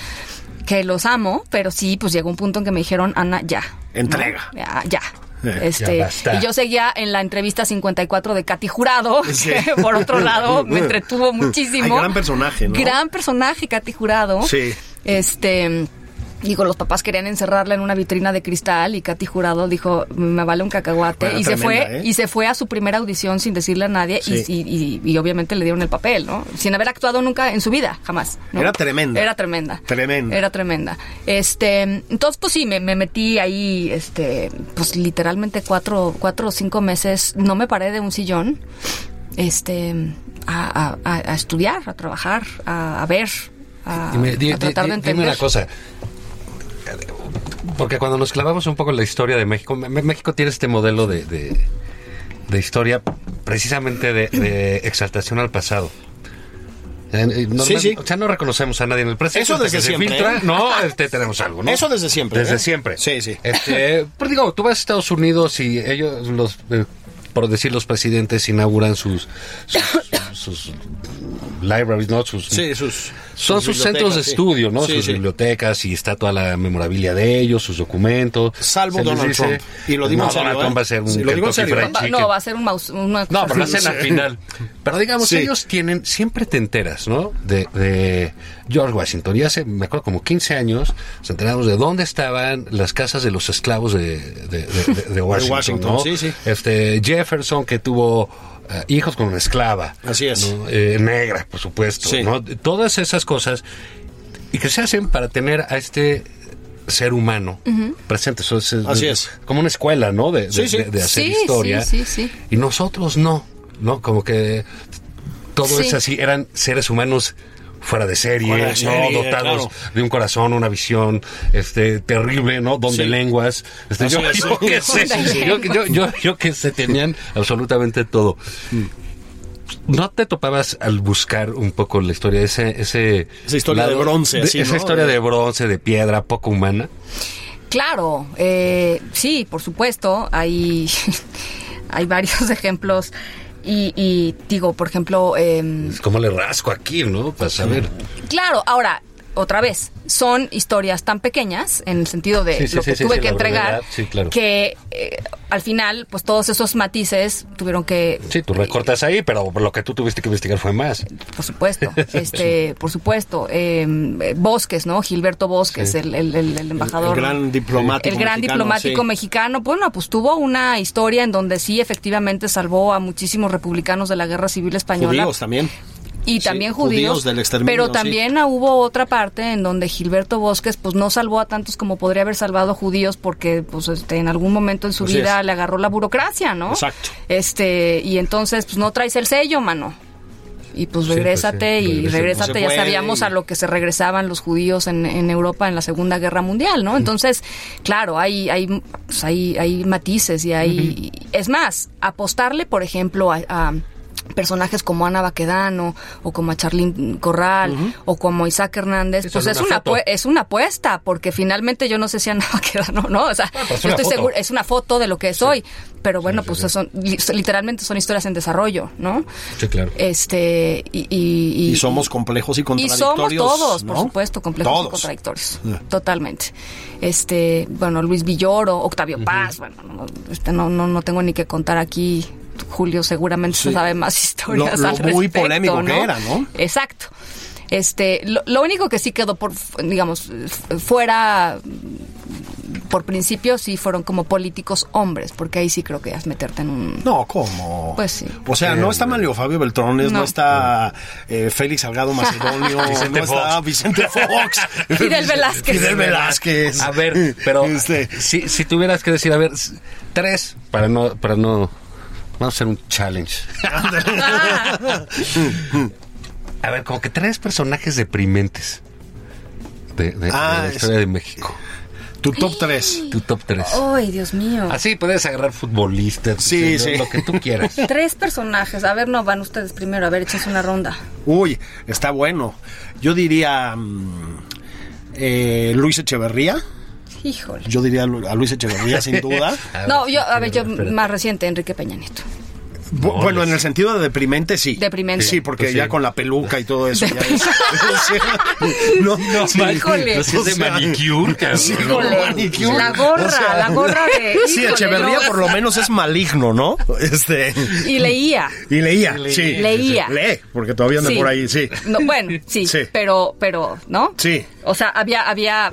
[SPEAKER 4] que los amo, pero sí, pues llegó un punto en que me dijeron, Ana, ya.
[SPEAKER 2] Entrega.
[SPEAKER 4] No, ya, ya. Este,
[SPEAKER 2] Eh,
[SPEAKER 3] Ya basta.
[SPEAKER 4] y yo seguía en la entrevista 54 de Katy Jurado,
[SPEAKER 2] Sí.
[SPEAKER 4] que por otro lado me entretuvo muchísimo.
[SPEAKER 2] Ay, gran personaje, ¿no?
[SPEAKER 4] Gran personaje, Katy Jurado.
[SPEAKER 2] Sí.
[SPEAKER 4] Este. Digo, los papás querían encerrarla en una vitrina de cristal y Katy Jurado dijo, me vale un cacahuate.
[SPEAKER 2] Bueno,
[SPEAKER 4] y se
[SPEAKER 2] tremenda,
[SPEAKER 4] fue
[SPEAKER 2] ¿eh?
[SPEAKER 4] y se fue a su primera audición sin decirle a nadie y-
[SPEAKER 2] Sí.
[SPEAKER 4] y, y- y obviamente le dieron el papel, ¿no? Sin haber actuado nunca en su vida, jamás. ¿no?
[SPEAKER 2] Era tremenda.
[SPEAKER 4] Era tremenda.
[SPEAKER 2] Tremenda.
[SPEAKER 4] Era tremenda. Este, entonces, pues sí, me, me metí ahí, este, pues literalmente cuatro, cuatro o cinco meses, no me paré de un sillón, este, a, a- a- a estudiar, a trabajar, a, a ver, a,
[SPEAKER 3] Dime, di-
[SPEAKER 4] a tratar
[SPEAKER 3] di-
[SPEAKER 4] de
[SPEAKER 3] dime
[SPEAKER 4] entender.
[SPEAKER 3] una cosa. Porque cuando nos clavamos un poco en la historia de México, Me- México tiene este modelo de, de- de historia precisamente de, de exaltación al pasado. Eh, eh, normal-
[SPEAKER 6] Sí, sí.
[SPEAKER 3] O sea, no reconocemos a nadie en el presente.
[SPEAKER 6] Eso
[SPEAKER 3] hasta
[SPEAKER 6] desde
[SPEAKER 3] que se
[SPEAKER 6] siempre,
[SPEAKER 3] filtra,
[SPEAKER 6] ¿eh?
[SPEAKER 3] No, este, tenemos algo, ¿no?
[SPEAKER 6] Eso desde siempre,
[SPEAKER 3] Desde
[SPEAKER 6] ¿eh?
[SPEAKER 3] siempre.
[SPEAKER 6] Sí, sí.
[SPEAKER 3] Este, pero digo, tú vas a Estados Unidos y ellos, los, eh, por decir los presidentes, inauguran sus, sus, sus- sus libraries, ¿no? Sus,
[SPEAKER 6] Sí, sus.
[SPEAKER 3] son sus, centros de
[SPEAKER 6] bibliotecas, sí.
[SPEAKER 3] estudio, ¿no?
[SPEAKER 6] Sí,
[SPEAKER 3] sus
[SPEAKER 6] sí.
[SPEAKER 3] bibliotecas y está toda la memorabilia de ellos, sus documentos.
[SPEAKER 6] Salvo
[SPEAKER 3] Se les
[SPEAKER 6] Donald Trump. Y lo digo
[SPEAKER 3] no,
[SPEAKER 6] en serio,
[SPEAKER 3] Donald
[SPEAKER 6] ¿eh?
[SPEAKER 3] Trump va a ser un
[SPEAKER 6] Sí, lo digo en
[SPEAKER 3] Kentucky
[SPEAKER 6] serio,
[SPEAKER 3] Fried
[SPEAKER 6] ¿eh?
[SPEAKER 4] Va-
[SPEAKER 3] Chicken.
[SPEAKER 4] no, va a ser un maus, una
[SPEAKER 3] No, pero lo hacen
[SPEAKER 4] Sí.
[SPEAKER 3] al final. Pero digamos,
[SPEAKER 6] Sí.
[SPEAKER 3] ellos tienen, siempre te enteras, ¿no? De, de George Washington. Y hace, me acuerdo, como 15 años, nos enteramos de dónde estaban las casas de los esclavos de, de- de- de- de Washington.
[SPEAKER 6] Washington,
[SPEAKER 3] ¿no?
[SPEAKER 6] sí, sí.
[SPEAKER 3] Este, Jefferson, que tuvo eh, hijos con una esclava.
[SPEAKER 6] Así es.
[SPEAKER 3] ¿no? Eh, negra, por supuesto.
[SPEAKER 6] Sí.
[SPEAKER 3] ¿no? Todas esas cosas y que se hacen para tener a este ser humano presente. Eso es,
[SPEAKER 6] Así es.
[SPEAKER 3] Como una escuela, ¿no? De, de-
[SPEAKER 6] Sí, sí.
[SPEAKER 3] de- de hacer
[SPEAKER 4] Sí,
[SPEAKER 3] historia.
[SPEAKER 4] sí, sí, sí.
[SPEAKER 3] Y nosotros no, ¿no? Como que todo
[SPEAKER 4] Sí.
[SPEAKER 3] es así, eran seres humanos fuera de serie,
[SPEAKER 6] Fuera de serie,
[SPEAKER 3] ¿no? dotados de un corazón, una visión este terrible, ¿no? Donde
[SPEAKER 6] Sí.
[SPEAKER 3] lenguas. Este,
[SPEAKER 6] Así
[SPEAKER 3] yo,
[SPEAKER 6] es.
[SPEAKER 3] yo qué sé,
[SPEAKER 4] Don de
[SPEAKER 3] yo- yo, yo, yo que se tenían absolutamente todo.
[SPEAKER 6] Mm.
[SPEAKER 3] ¿No te topabas al buscar un poco la historia, ese, ese
[SPEAKER 6] Esa historia de bronce, así,
[SPEAKER 3] esa
[SPEAKER 6] ¿no?
[SPEAKER 3] historia de bronce, de piedra, poco humana?
[SPEAKER 4] Claro, eh, sí, por supuesto, hay, hay varios ejemplos. Y, y digo, por ejemplo, em,
[SPEAKER 3] Es como le rasco aquí, ¿no? Para saber.
[SPEAKER 4] Claro, ahora, otra vez, son historias tan pequeñas, en el sentido de
[SPEAKER 3] Sí, sí,
[SPEAKER 4] lo
[SPEAKER 3] sí,
[SPEAKER 4] que
[SPEAKER 3] sí,
[SPEAKER 4] tuve
[SPEAKER 3] sí,
[SPEAKER 4] que
[SPEAKER 3] la
[SPEAKER 4] entregar,
[SPEAKER 3] brevedad, sí, claro.
[SPEAKER 4] que eh, al final, pues todos esos matices tuvieron que...
[SPEAKER 3] Sí, tú recortas ahí, pero lo que tú tuviste que investigar fue más.
[SPEAKER 4] Por supuesto, este, por supuesto. em, eh, Bosques, ¿no? Gilberto Bosques, el, el- el- el embajador.
[SPEAKER 6] El gran diplomático
[SPEAKER 4] El gran
[SPEAKER 6] mexicano,
[SPEAKER 4] diplomático
[SPEAKER 6] sí.
[SPEAKER 4] mexicano, bueno, pues tuvo una historia en donde sí, efectivamente, salvó a muchísimos republicanos de la guerra civil española.
[SPEAKER 6] Judíos también. Sí,
[SPEAKER 4] y también
[SPEAKER 6] judíos
[SPEAKER 4] judíos,
[SPEAKER 6] del exterminio,
[SPEAKER 4] pero
[SPEAKER 6] sí.
[SPEAKER 4] también ah, hubo otra parte en donde Gilberto Bosques pues no salvó a tantos como podría haber salvado judíos porque pues este en algún momento en su
[SPEAKER 6] Así
[SPEAKER 4] vida
[SPEAKER 6] es.
[SPEAKER 4] le agarró la burocracia, ¿no?
[SPEAKER 6] Exacto.
[SPEAKER 4] Este, y entonces pues no traes el sello, mano. Y pues
[SPEAKER 3] Sí, pues,
[SPEAKER 4] regrésate
[SPEAKER 3] sí,
[SPEAKER 4] y
[SPEAKER 3] regrésate.
[SPEAKER 4] regrésate,
[SPEAKER 6] No se
[SPEAKER 4] ya
[SPEAKER 6] puede.
[SPEAKER 4] sabíamos a lo que se regresaban los judíos en, en Europa en la Segunda Guerra Mundial, ¿no? Entonces, claro, hay hay pues, hay, hay matices y hay es más, apostarle, por ejemplo, a, a personajes como Ana Baquedano o como a Charlín Corral o como Isaac Hernández,
[SPEAKER 3] Sí,
[SPEAKER 4] pues
[SPEAKER 3] solo
[SPEAKER 4] es
[SPEAKER 3] una
[SPEAKER 4] una
[SPEAKER 3] foto.
[SPEAKER 4] apue- es una apuesta, porque finalmente yo no sé si Ana Baquedano, ¿no? O sea,
[SPEAKER 3] Ah, pero es
[SPEAKER 4] yo
[SPEAKER 3] una
[SPEAKER 4] estoy
[SPEAKER 3] foto.
[SPEAKER 4] seguro, es una foto de lo que es hoy, pero bueno, pues son li- literalmente son historias en desarrollo, ¿no?
[SPEAKER 3] Sí, claro.
[SPEAKER 4] Este, y, y,
[SPEAKER 6] Y somos complejos y
[SPEAKER 4] y
[SPEAKER 6] contradictorios.
[SPEAKER 4] somos todos, por
[SPEAKER 6] ¿no?
[SPEAKER 4] supuesto, complejos y
[SPEAKER 6] Todos.
[SPEAKER 4] contradictorios. Totalmente. Este, bueno, Luis Villoro, Octavio Paz, bueno, no, este, no, no, no tengo ni que contar aquí. Julio seguramente se sabe más historias.
[SPEAKER 6] Lo- lo
[SPEAKER 4] al
[SPEAKER 6] muy
[SPEAKER 4] respecto,
[SPEAKER 6] polémico que era, ¿no?
[SPEAKER 4] Exacto. Este, lo, lo único que sí quedó por, fu- digamos, f- fuera mm, por principio sí fueron como políticos hombres, porque ahí sí creo que es meterte en un...
[SPEAKER 6] No, ¿cómo?
[SPEAKER 4] Pues sí.
[SPEAKER 6] O sea,
[SPEAKER 3] Eh,
[SPEAKER 6] no está Mario Fabio Beltrones, no,
[SPEAKER 4] No.
[SPEAKER 6] está eh, Félix Salgado Macedonio,
[SPEAKER 3] Vicente
[SPEAKER 6] no está
[SPEAKER 3] Fox.
[SPEAKER 6] Vicente Fox.
[SPEAKER 4] Fidel Velázquez.
[SPEAKER 6] Fidel Velázquez.
[SPEAKER 3] A ver, pero
[SPEAKER 6] Este,
[SPEAKER 3] si, si tuvieras que decir, a ver, s- tres, para no, para no, vamos a hacer un challenge.
[SPEAKER 6] Ah,
[SPEAKER 3] a ver, como que tres personajes deprimentes de, de- de
[SPEAKER 6] Ah,
[SPEAKER 3] la
[SPEAKER 6] es-
[SPEAKER 3] historia de México.
[SPEAKER 6] tu top 3.
[SPEAKER 3] Tu top tres.
[SPEAKER 2] Oh.
[SPEAKER 4] ¡Ay, Dios mío!
[SPEAKER 3] Así puedes agarrar futbolistas,
[SPEAKER 6] Sí,
[SPEAKER 3] lo-
[SPEAKER 6] sí.
[SPEAKER 3] lo que tú quieras.
[SPEAKER 4] Tres personajes. A ver, no, van ustedes primero. A ver, échense una ronda.
[SPEAKER 6] Uy, está bueno. Yo diría mm, eh, Luis Echeverría.
[SPEAKER 4] Híjole.
[SPEAKER 6] Yo diría a Lu- a Luis Echeverría, sin duda.
[SPEAKER 4] No, yo, a ver, yo más reciente, Enrique Peña Nieto.
[SPEAKER 2] Bu-
[SPEAKER 3] No,
[SPEAKER 2] bueno, en
[SPEAKER 3] les-
[SPEAKER 2] el sentido de deprimente, sí.
[SPEAKER 4] Deprimente.
[SPEAKER 2] Sí, porque
[SPEAKER 3] Pues sí.
[SPEAKER 2] ya con la peluca y todo eso. ya es- no, no, sí.
[SPEAKER 4] Híjole.
[SPEAKER 3] No sé,
[SPEAKER 2] O
[SPEAKER 3] de
[SPEAKER 2] sea,
[SPEAKER 3] manicure, cabrón.
[SPEAKER 2] sí,
[SPEAKER 3] ¿no?
[SPEAKER 2] con manicure.
[SPEAKER 4] La gorra, la gorra de-
[SPEAKER 2] Sí,
[SPEAKER 4] Eh, híjole,
[SPEAKER 2] Echeverría
[SPEAKER 4] no.
[SPEAKER 2] por lo menos es maligno, ¿no? Este.
[SPEAKER 4] Y leía.
[SPEAKER 2] Y leía, sí.
[SPEAKER 4] Leía.
[SPEAKER 2] Lee, porque todavía anda
[SPEAKER 4] Sí.
[SPEAKER 2] por ahí, sí.
[SPEAKER 4] No, bueno, sí,
[SPEAKER 2] Sí.
[SPEAKER 4] pero, pero, ¿no?
[SPEAKER 2] Sí.
[SPEAKER 4] O sea, había, había,